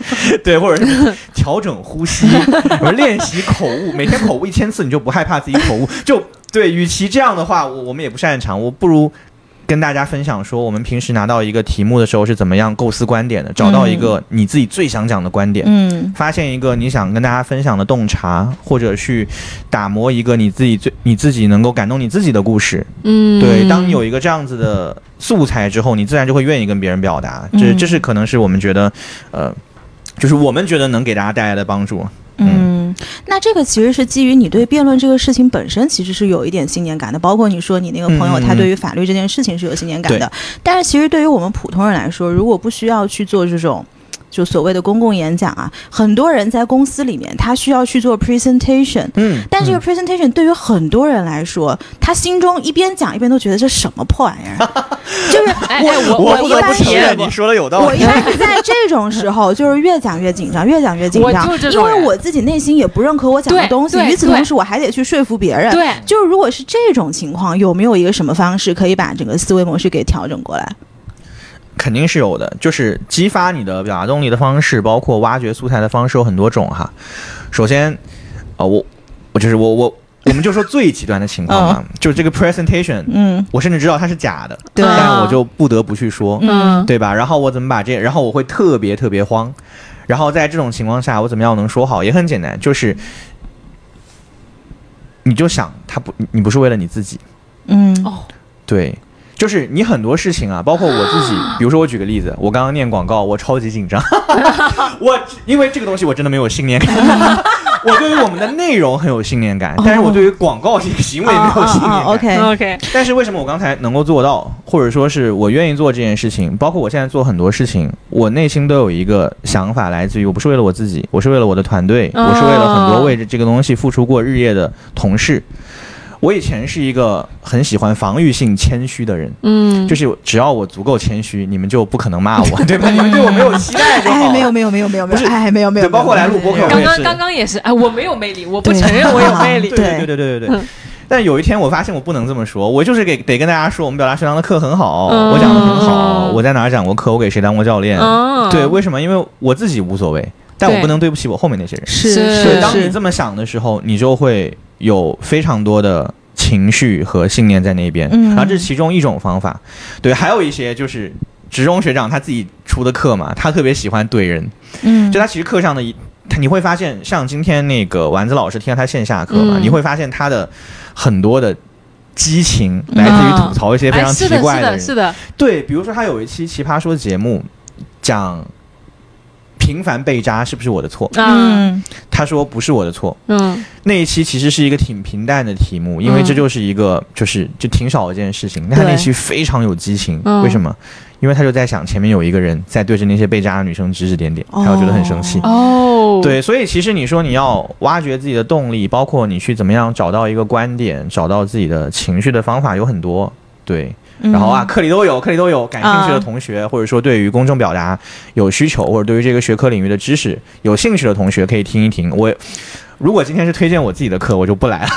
A: 对，或者是调整呼吸，我们练习口误，每天口误一千次，你就不害怕自己口误。就对，与其这样的话，我我们也不擅长，我不如。跟大家分享说，我们平时拿到一个题目的时候是怎么样构思观点的，找到一个你自己最想讲的观点，
C: 嗯，
A: 发现一个你想跟大家分享的洞察，或者去打磨一个你自己最你自己能够感动你自己的故事，
B: 嗯，
A: 对，当你有一个这样子的素材之后，你自然就会愿意跟别人表达。这
C: 嗯
A: 这是可能是我们觉得，呃，就是我们觉得能给大家带来的帮助。
C: 嗯，那这个其实是基于你对辩论这个事情本身其实是有一点信念感的，包括你说你那个朋友
A: 嗯嗯嗯
C: 他对于法律这件事情是有信念感的，但是其实对于我们普通人来说，如果不需要去做这种。就所谓的公共演讲啊，很多人在公司里面，他需要去做 presentation，
A: 嗯，
C: 但这个 presentation 对于很多人来说，他心中一边讲一边都觉得这什么破玩意 儿，就是
B: 哎哎，我
A: 我不
B: 一
A: 得不
B: 般
A: 承
B: 也
A: 认，你说的有道
C: 我
A: 理。
C: 一般是在这种时候，就是越讲越紧张，越讲越紧张
B: 我就这，
C: 因
B: 种人
C: 为我自己内心也不认可我讲的
B: 对
C: 东西，
B: 对
C: 与此同时我还得去说服别人。
B: 对，
C: 就是如果是这种情况，有没有一个什么方式可以把整个思维模式给调整过来？
A: 肯定是有的，就是激发你的表达动力的方式，包括挖掘素材的方式有很多种哈。首先，啊、我我就是我我我们就说最极端的情况嘛，就是这个 presentation，
C: 嗯，
A: 我甚至知道它是假的，
C: 对
A: 但我就不得不去说。
B: 嗯，
A: 对吧？然后我怎么把这，然后我会特别特别慌，然后在这种情况下，我怎么样能说好？也很简单，就是你就想他不，你不是为了你自己，
C: 嗯
B: 哦，
A: 对，就是你很多事情啊，包括我自己，比如说我举个例子，我刚刚念广告，我超级紧张， 我因为这个东西我真的没有信念感。我对于我们的内容很有信念感，但是我对于广告这个
C: 嗯
A: 行为没有信念感。
C: o k
B: OK，
A: 但是为什么我刚才能够做到，或者说是我愿意做这件事情，包括我现在做很多事情，我内心都有一个想法，来自于我不是为了我自己，我是为了我的团队，
B: 哦
A: 我是为了很多为这个东西付出过日夜的同事。我以前是一个很喜欢防御性谦虚的人，
B: 嗯，
A: 就是只要我足够谦虚，你们就不可能骂我，对吧？你们对我没有期待就好了。
C: 哎， 没有没有没有没有没
A: 不是
C: 有，哎，没有没有，
A: 对包括来录播客
C: 没有没
B: 刚
C: 有没有
A: 我也
B: 刚
A: 是
B: 刚刚也是，哎，我没有魅力，我不承认我有魅力。
A: 对对对对对对。但有一天我发现我不能这么说，我就是给得跟大家说，我们表达学堂的课很好，
B: 嗯
A: 我讲的很好，我在哪儿讲过课，我给谁当过教练。
B: 嗯，
A: 对，为什么？因为我自己无所谓，但我
B: 对
A: 不能对不起我后面那些人。
C: 是
B: 是
A: 对，
C: 是
A: 当你
C: 是，
A: 这么想的时候，你就会有非常多的情绪和信念在那边。
C: 嗯
A: 然后这是其中一种方法。对，还有一些就是职中学长他自己出的课嘛，他特别喜欢怼人。
C: 嗯
A: 就他其实课上的一，他你会发现，像今天那个丸子老师听到他线下课嘛，
B: 嗯
A: 你会发现他的很多的激情来自于吐槽一些非
B: 哎，
A: 常奇
B: 是的，
A: 怪
B: 是的，
A: 人。
B: 是的，
A: 对，比如说他有一期《奇葩说》节目讲。频繁被扎是不是我的错？
B: 啊，
C: 嗯
A: 他说不是我的错。
B: 嗯
A: 那一期其实是一个挺平淡的题目，因为
B: 嗯
A: 这就是一个就是就挺少的一件事情。但他那期非常有激情，
B: 嗯
A: 为什么？因为他就在想前面有一个人在对着那些被扎的女生指指点点，他就觉得很生气。
B: 哦，
A: 对，所以其实你说你要挖掘自己的动力，包括你去怎么样找到一个观点，找到自己的情绪的方法有很多。对，
C: 嗯
A: 然后啊，，课里都有，课里都有。感兴趣的同学，或者说对于公众表达有需求，或者对于这个学科领域的知识有兴趣的同学，可以听一听。我如果今天是推荐我自己的课，我就不来了。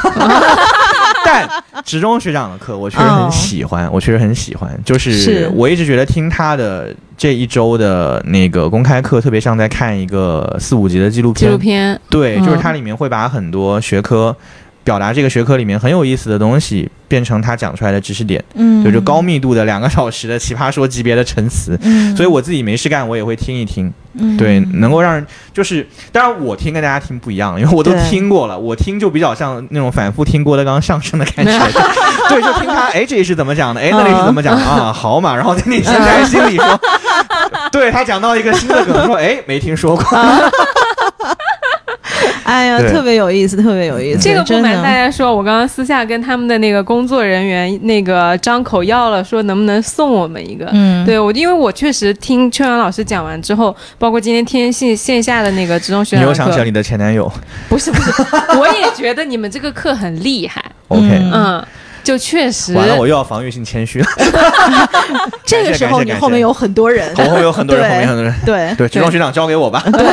A: 但职中学长的课，我确实很喜欢，我确实很喜欢。就是
C: 是
A: 我一直觉得听他的这一周的那个公开课，特别像在看一个四五集的纪录
B: 纪
A: 片
B: 录。片，
A: 对，
B: 嗯
A: 就是它里面会把很多学科。表达这个学科里面很有意思的东西，变成他讲出来的知识点，
C: 嗯
A: 就是高，密度的两个小时的奇葩说级别的陈词，
C: 嗯
A: 所以我自己没事干，我也会听一听。
C: 嗯
A: 对，能够让人就是，当然我听跟大家听不一样，因为我都
C: 对
A: 听过了，我听就比较像那种反复听郭德纲相声的感 觉。对，就听他，哎，这里是怎么讲的？哎，那里是怎么讲的
C: 嗯
A: 啊？好嘛，然后在内心开始心里 说，对他讲到一个新的梗，说，哎，没听说过。
C: 哎呀，
A: 对
C: 特别有意思，特别有意思，
B: 这个不
C: 真
B: 瞒
C: 的
B: 大家说，我刚刚私下跟他们的那个工作人员那个张口要了，说能不能送我们一个。
C: 嗯，
B: 对我，因为我确实听秋阳老师讲完之后，包括今天天线线下的那个职中学
A: 你
B: 长
A: 又
B: 的
A: 想起了
B: 课，
A: 你的前男友
B: 不是不是， 我也觉得你们这个课很厉害，
A: ？OK，
C: 嗯
B: 嗯，就确实，
A: 完了，我又要防御性谦虚了。
C: 这
A: 感
C: 个
A: 谢
C: 时
A: 感
C: 候
A: 谢
C: 你
A: 感
C: 后面
A: 谢
C: 有很多人
A: 我，后面有很多人，
C: 对
A: 后面有很多人。
C: 对
A: 对，职中学长交给我吧。
C: 对，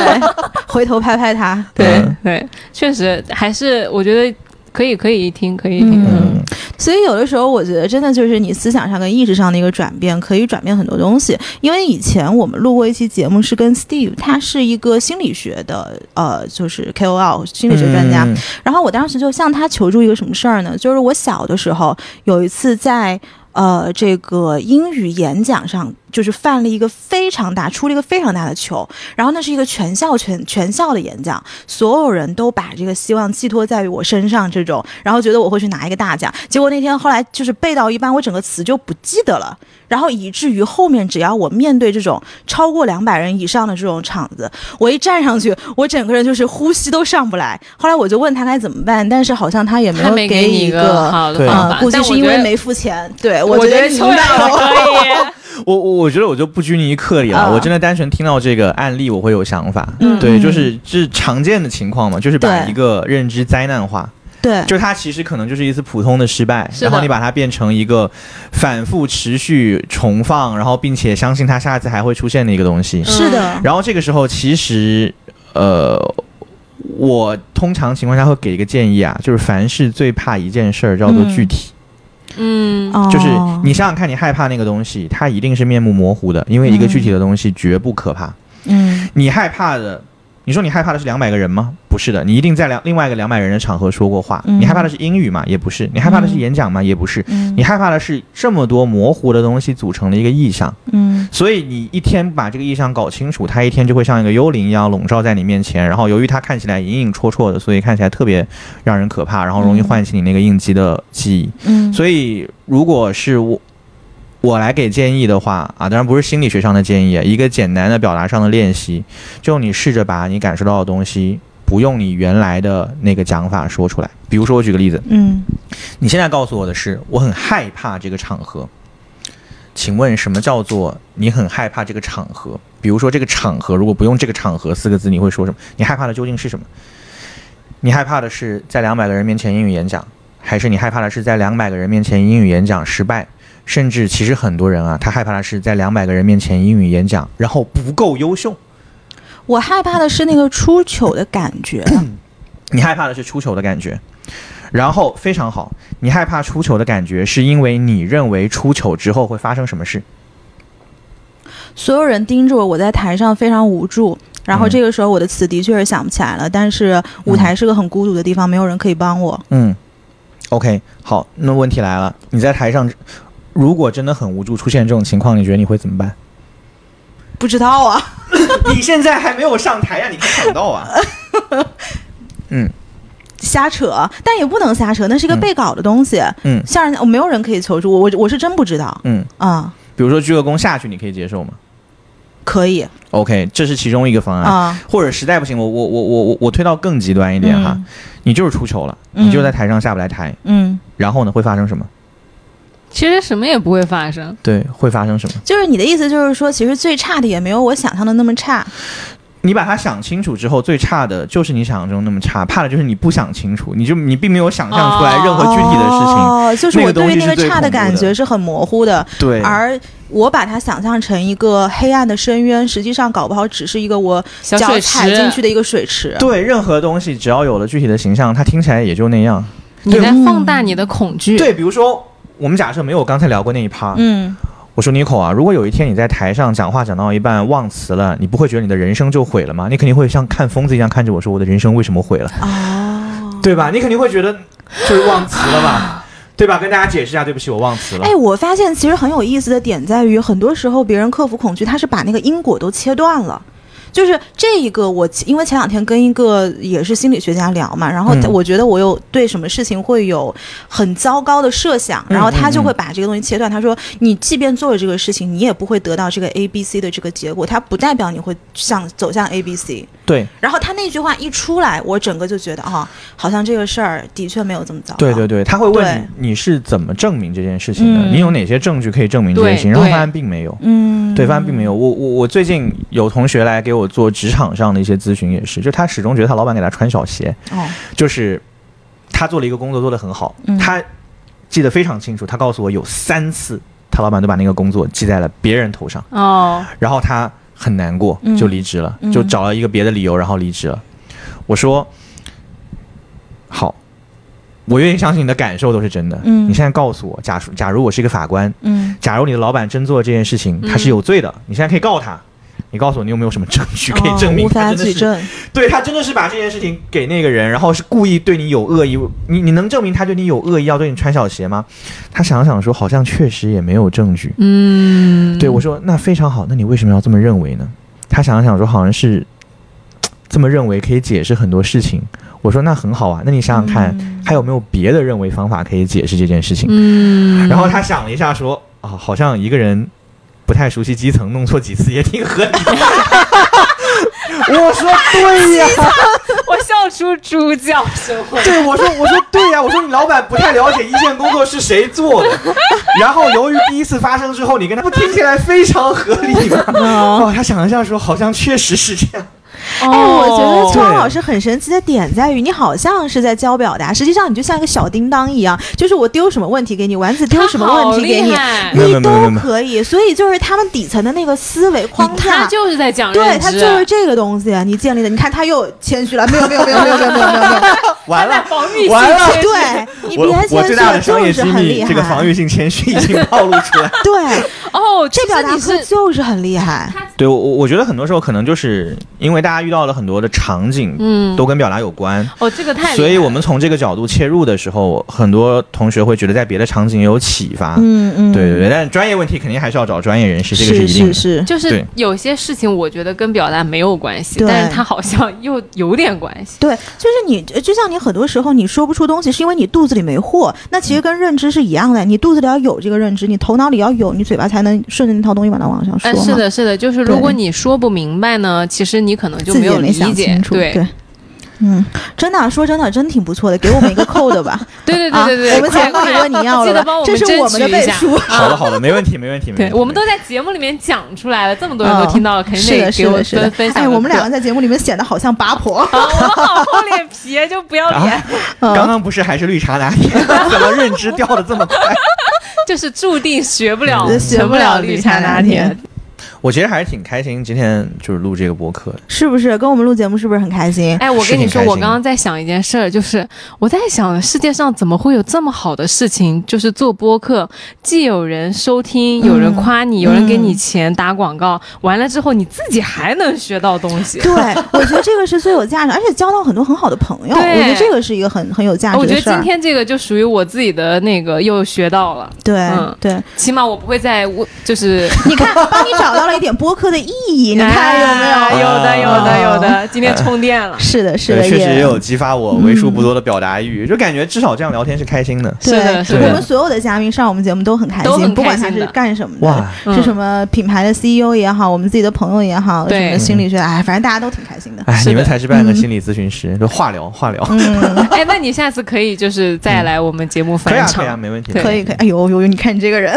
C: 回头拍拍他，
B: 对
A: 嗯
B: 对，确实还是我觉得可以可以听，可以听，
C: 嗯所以有的时候，我觉得真的就是你思想上跟意识上的一个转变，可以转变很多东西。因为以前我们录过一期节目，是跟 Steve，他是一个心理学的，呃，就是 KOL 心理学专家。
A: 嗯
C: 然后我当时就向他求助一个什么事儿呢？就是我小的时候有一次在呃这个英语演讲上，就是犯了一个非常大，出了一个非常大的球。然后那是一个全校全全校的演讲，所有人都把这个希望寄托在于我身上这种，然后觉得我会去拿一个大奖。结果那天后来就是背到一半，我整个词就不记得了，然后以至于后面只要我面对这种超过两百人以上的这种场子，我一站上去，我整个人就是呼吸都上不来。后来我就问他该怎么办，但是好像他也没
B: 他
C: 有
B: 没
C: 给
B: 你
C: 一
B: 一
C: 个。
B: 好
A: 嗯
B: 的
A: 对
B: 方
C: 啊、
B: 法，
C: 估
B: 但
C: 计是
B: 我
C: 因
B: 觉
C: 为
B: 得。
C: 没付钱。对，
B: 我
C: 觉
B: 得
C: 你
B: 秋
C: 应
B: 阳
C: 该
B: 老师可以，
A: 我我我觉得我就不拘泥于课里了，
C: 啊
A: 我真的单纯听到这个案例，我会有想法。
C: 嗯
A: 对，就是这是常见的情况嘛，就是把
C: 对
A: 一个认知灾难化，
C: 对，
A: 就是它其实可能就是一次普通的失败，
B: 是的
A: 然后你把它变成一个反复持续重放，然后并且相信它下次还会出现的一个东西。
C: 是的，
A: 然后这个时候其实，呃，我通常情况下会给一个建议啊，就是凡事最怕一件事儿叫做
C: 嗯
A: 具体。
B: 嗯，
C: 哦
A: 就是你想想看，你害怕那个东西，它一定是面目模糊的，因为一个具体的东西绝不可怕。
C: 嗯
A: 你害怕的，你说你害怕的是两百个人吗？不是的，你一定在两另外一个两百人的场合说过话。
C: 嗯
A: 你害怕的是英语吗？也不是。你害怕的是
C: 嗯
A: 演讲吗？也不是。
C: 嗯
A: 你害怕的是这么多模糊的东西组成的一个意象，
C: 嗯
A: 所以你一天把这个意象搞清楚，它一天就会像一个幽灵一样笼罩在你面前。然后由于它看起来隐隐绰绰的，所以看起来特别让人可怕，然后容易
C: 嗯
A: 唤起你那个应激的记忆。
C: 嗯
A: 所以，如果是我我来给建议的话啊，当然不是心理学上的建议，一个简单的表达上的练习，就你试着把你感受到的东西，不用你原来的那个讲法说出来。比如说，我举个例子，
C: 嗯
A: 你现在告诉我的是，我很害怕这个场合。请问什么叫做你很害怕这个场合？比如说这个场合，如果不用这个场合四个字，你会说什么？你害怕的究竟是什么？你害怕的是在两百个人面前英语演讲，还是你害怕的是在两百个人面前英语演讲失败？甚至其实很多人啊，他害怕的是在两百个人面前英语演讲，然后不够优秀。
C: 我害怕的是那个出糗的感 觉。
A: 你害怕的是出糗的感觉，然后非常好，你害怕出糗的感觉，是因为你认为出糗之后会发生什么事。
C: 所有人盯着我，我在台上非常无助。然后
A: 嗯
C: 这个时候我的词的确是想不起来了，但是舞台是个很孤独的地方，没有人可以帮我。
A: 嗯，OK，好，那问题来了，你在台上，如果真的很无助，出现这种情况，你觉得你会怎么办？
C: 不知道啊，
A: 你现在还没有上台呀、你可想到啊？嗯
C: 瞎扯，但也不能瞎扯，那是一个
A: 嗯
C: 被搞的东西。
A: 嗯
C: 像人家，我没有人可以求助我，我我是真不知道
A: 嗯，
C: 啊。
A: 比如说鞠个躬下去，你可以接受吗？
C: 可以
A: OK，这是其中一个方案。
C: 啊，
A: 或者实在不行，我我我我我我推到更极端一点哈，你就是出糗了，你就在台上下不来台，
C: 嗯，
A: 然后呢会发生什么？
B: 其实什么也不会发生。
A: 对，会发生什么？
C: 就是你的意思就是说，其实最差的也没有我想象的那么差，
A: 你把它想清楚之后，最差的就是你想象中那么差，怕的就是你不想清楚，你就你并没有想象出来任何具体的事情。
C: 哦，就是
A: 那
C: 我
A: 个东
C: 对于
A: 西是
C: 那个
A: 最
C: 差
A: 恐怖
C: 感
A: 的
C: 觉是很模糊的，
A: 对，
C: 而我把它想象成一个黑暗的深渊，实际上搞不好只是一个我
B: 小
C: 脚
B: 水
C: 踩进去
B: 池，
C: 的一个水池。
A: 对任何东西，只要有了具体的形象，它听起来也就那样。
B: 你在放大你的恐惧。
A: 对，比如说我们假设没有我刚才聊过那一趴，
C: 嗯，
A: 我说 n i c o 啊，如果有一天你在台上讲话讲到一半忘词了，你不会觉得你的人生就毁了吗？你肯定会像看疯子一样看着我说我的人生为什么毁了，
C: 哦，
A: 对吧？你肯定会觉得就是忘词了 嘛，对吧？跟大家解释一下，对不起，我忘词了。
C: 哎，我发现其实很有意思的点在于，很多时候别人克服恐惧，他是把那个因果都切断了。就是这一个我，因为前两天跟一个也是心理学家聊嘛，然后
A: 嗯
C: 我觉得我有对什么事情会有很糟糕的设想，
A: 嗯
C: 然后他就会把这个东西切断。他说，你即便做了这个事情，你也不会得到这个 A、B、C 的这个结果，它不代表你会向走向 A、B、C。
A: 对
C: 然后他那句话一出来，我整个就觉得啊，好像这个事儿的确没有这么糟糕。
A: 对对对，他会
C: 对
A: 问你你是怎么证明这件事情的？
C: 嗯
A: 你有哪些证据可以证明这件事情？
B: 对
A: 然后发
B: 对
A: 现并没有。
C: 嗯，
A: 对方并没有。我我我最近有同学来给我做职场上的一些咨询，也是，就他始终觉得他老板给他穿小鞋，
C: 哦，
A: 就是他做了一个工作做得很好，
C: 嗯
A: 他记得非常清楚，他告诉我有三次他老板都把那个工作记在了别人头上，
B: 哦，
A: 然后他很难过，
C: 嗯
A: 就离职了，
C: 嗯
A: 就找了一个别的理由，然后离职了。我说好。我愿意相信你的感受都是真的。
C: 嗯
A: 你现在告诉我，假如假如我是一个法官，
C: 嗯
A: 假如你的老板真做这件事情，
B: 嗯
A: 他是有罪的，你现在可以告他。你告诉我，你有没有什么证据可以证明
C: 哦、无
A: 他
C: 法
A: 真的
C: 举
A: 是？
C: 证。
A: 对他真的是把这件事情给那个人，然后是故意对你有恶意。你你能证明他对你有恶意，要对你穿小鞋吗？他想了想说，好像确实也没有证据。
B: 嗯，
A: 对我说，那非常好，那你为什么要这么认为呢？他想了想说，好像是嘖这么认为可以解释很多事情。我说那很好啊，那你想想看，
C: 嗯
A: 还有没有别的认为方法可以解释这件事情？
B: 嗯，
A: 然后他想了一下说，啊，好像一个人不太熟悉基层，弄错几次也挺合理的。 我说对呀、
B: 我笑出猪叫声。
A: 对我说我说对呀、我说你老板不太了解一线工作是谁做 的，然后由于第一次发生之后，你跟他不听起来非常合理 吗？
C: 嗯
A: 哦，他想了一下说，好像确实是这样。
B: 哦，
C: 哎，我觉得
A: 对
C: 张老师很神奇的点在于，你好像是在教表达，实际上你就像一个小叮当一样，就是我丢什么问题给你，丸子丢什么问题给你
B: 他，好厉害
A: 没有没
C: 你
A: 有没有没有
C: 都可以。所以就是他们底层的那个思维框
B: 他
C: 架，
B: 就是在讲
C: 对
B: 认
C: 他
B: 知
C: 就是这个东西你建立的。你看他又谦虚了，没有没有没有没有没有没有没有没有，
A: 完了
B: 在防御性
A: 完了
B: 谦，虚
C: 对你
A: 我
C: 别
A: 我
C: 谦虚
A: 最大
C: 了，
A: 的商业
C: 就是
A: 机
C: 很
A: 密
C: 厉，害。
A: 这个防 御性谦虚已经暴露出来。
C: 对，
B: 哦，
C: 这表达
B: 你
C: 课
B: 是
C: 就是很厉害。
A: 对我我我觉得很多时候可能就是因为大家遇到了很多的场景，
B: 嗯
A: 都跟表达有关。
B: 哦，这个太厉害
A: 所以，我们从这个角度切入的时候，很多同学会觉得在别的场景有启发。
C: 嗯嗯，
A: 对对对，但专业问题肯定还是要找专业人士，这个
C: 是
A: 一定
C: 是
A: 的。
C: 是，
B: 就是
A: 对
B: 有些事情，我觉得跟表达没有关系，
C: 对
B: 但是它好像又有点关系。
C: 对，就是你，就像你很多时候你说不出东西，是因为你肚子里没货。那其实跟认知是一样的，你肚子里要有这个认知，你头脑里要有，你嘴巴才能顺着那套东西往它往上说
B: 哎，
C: 嘛。
B: 是，的，是的，就是
C: 对
B: 如果你说不明白呢，其实你可能就
C: 自己
B: 有
C: 也没
B: 理
C: 想
B: 解
C: 清。楚。
B: 对，
C: 嗯，真的啊、说真的，真挺不错的，给我们一个 code 吧。
B: 对对
C: 啊
B: 对对对，
C: 我们
B: 快
C: 节目里
B: 快啊
C: 问你要
B: 记得
C: 了吧
B: 帮我
C: 这
B: 们
C: 是我
B: 争取
C: 们的
B: 一
C: 背
B: 下。
C: 书。
A: 好的好的，没问题没问题。没问
B: 对，
A: 题
B: 我们都在节目里面讲出来了，这么多人都
C: 嗯
B: 听到了，肯定
C: 是
B: 得
C: 的，
B: 给
C: 是
B: 我
C: 的，是
B: 分
C: 的
B: 分。享。
C: 哎，我们两个在节目里面显得好像八婆。
B: 啊，我好厚脸皮，就不要脸，
A: 啊，
C: 嗯
A: 刚刚不是还是绿茶拿铁？ 怎么认知掉的这么快？
B: 就是注定学不了，
C: 嗯学
B: 成
C: 不了
B: 了
C: 绿
B: 绿
C: 茶
B: 茶
C: 拿
B: 拿
C: 铁
B: 铁。
A: 我其实还是挺开心，今天就是录这个播客。
C: 是不是跟我们录节目是不是很开心？
B: 哎，我
A: 是
B: 跟你
A: 挺
B: 说，
A: 开
B: 我
A: 心
B: 刚刚在想一件事儿，就是我在想，世界上怎么会有这么好的事情？就是做播客，既有人收听，有人
C: 嗯
B: 夸你，有人给你
C: 嗯
B: 钱打广告，完了之后你自己还能学到东西。
C: 对， 我觉得这个是最有价值，而且交到很多很好的朋友，我
B: 对
C: 觉得这个是一个啊很很有价值
B: 我
C: 的事
B: 觉
C: 儿。
B: 得今天这个就属于我自己的那个又学到了，
C: 对、
B: 嗯
C: 对，
B: 起码我不会再我就是
C: 你看，帮你找到了了一点播客的意义，你看有没
B: 哎
A: 啊
C: 有？
B: 有的，有的，有的，今天
A: 哎
B: 充电了。
C: 是的，是
A: 对，
C: 的，
A: 确实也有激发我为数不多的表达欲，就感觉至少这样聊天是开心的。
C: 对
B: 是的是
A: 的
C: 我们所有的嘉宾上我们节目都很开
B: 都很开
C: 心，
B: 心
C: 不管他是干什么的，
A: 哇
B: 嗯
C: 是什么品牌的 CEO 也好，我们自己的朋友也好，
B: 对
C: 什么
A: 嗯
C: 心理学，哎，反正大家都挺开心的。
A: 哎，
B: 是的
A: 你们才是半个心理咨询师，就化疗，化疗，
C: 嗯，
B: 哎，那你下次可以就是再来我们节目
A: 嗯可以
B: 返
A: 啊，可
B: 场，
A: 以啊，没问题，
B: 对
C: 可以，可以。哎呦呦呦，你看你这个人，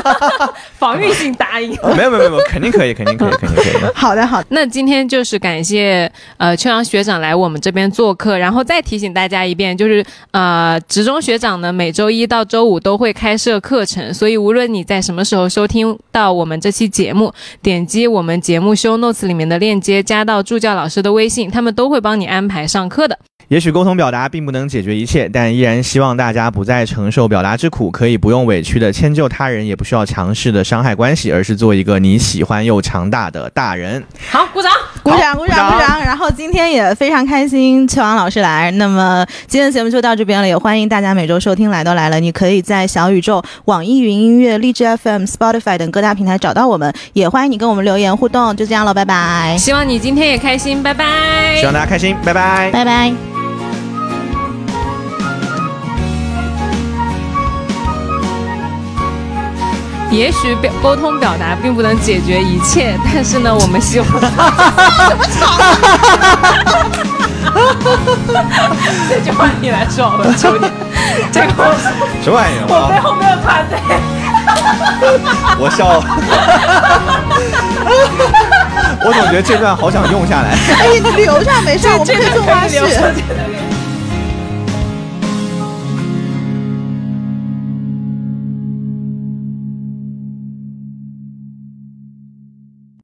B: 防御性答应。
A: 呃没有没有没有，肯定可以，肯定可以，肯定可以 的。
C: 好的，好的，
B: 那今天就是感谢呃秋阳学长来我们这边做客，然后再提醒大家一遍，就是呃职中学长呢每周一到周五都会开设课程，所以无论你在什么时候收听到我们这期节目，点击我们节目 show notes 里面的链接，加到助教老师的微信，他们都会帮你安排上课的。
A: 也许沟通表达并不能解决一切，但依然希望大家不再承受表达之苦，可以不用委屈的迁就他人，也不需要强势的伤害关系，而是做一个你喜欢又强大的大人。
B: 好，鼓掌。
C: 鼓掌，
A: 鼓
C: 鼓掌，
A: 掌
C: 鼓掌。然后今天也非常开心，秋阳老师来。那么今天的节目就到这边了，也欢迎大家每周收听。来都来了，你可以在小宇宙、网易云音乐、荔枝 FM、Spotify 等各大平台找到我们，也欢迎你跟我们留言互动。就这样了，拜拜，
B: 希望你今天也开心，拜拜。
A: 希望大家开心，拜拜。
C: 拜拜。
B: 也许表沟通表达并不能解决一切，但是呢，我们希望。这句话你来说，我求你。这个我
A: 什么玩意儿？
B: 我背后没有团队。
A: 我笑了。 我总觉得这段好想用下来。
C: 哎，你留上没事，我们可以
B: 这
C: 做
B: 段
C: 花
B: 可以留
C: 絮。
B: 这段可以留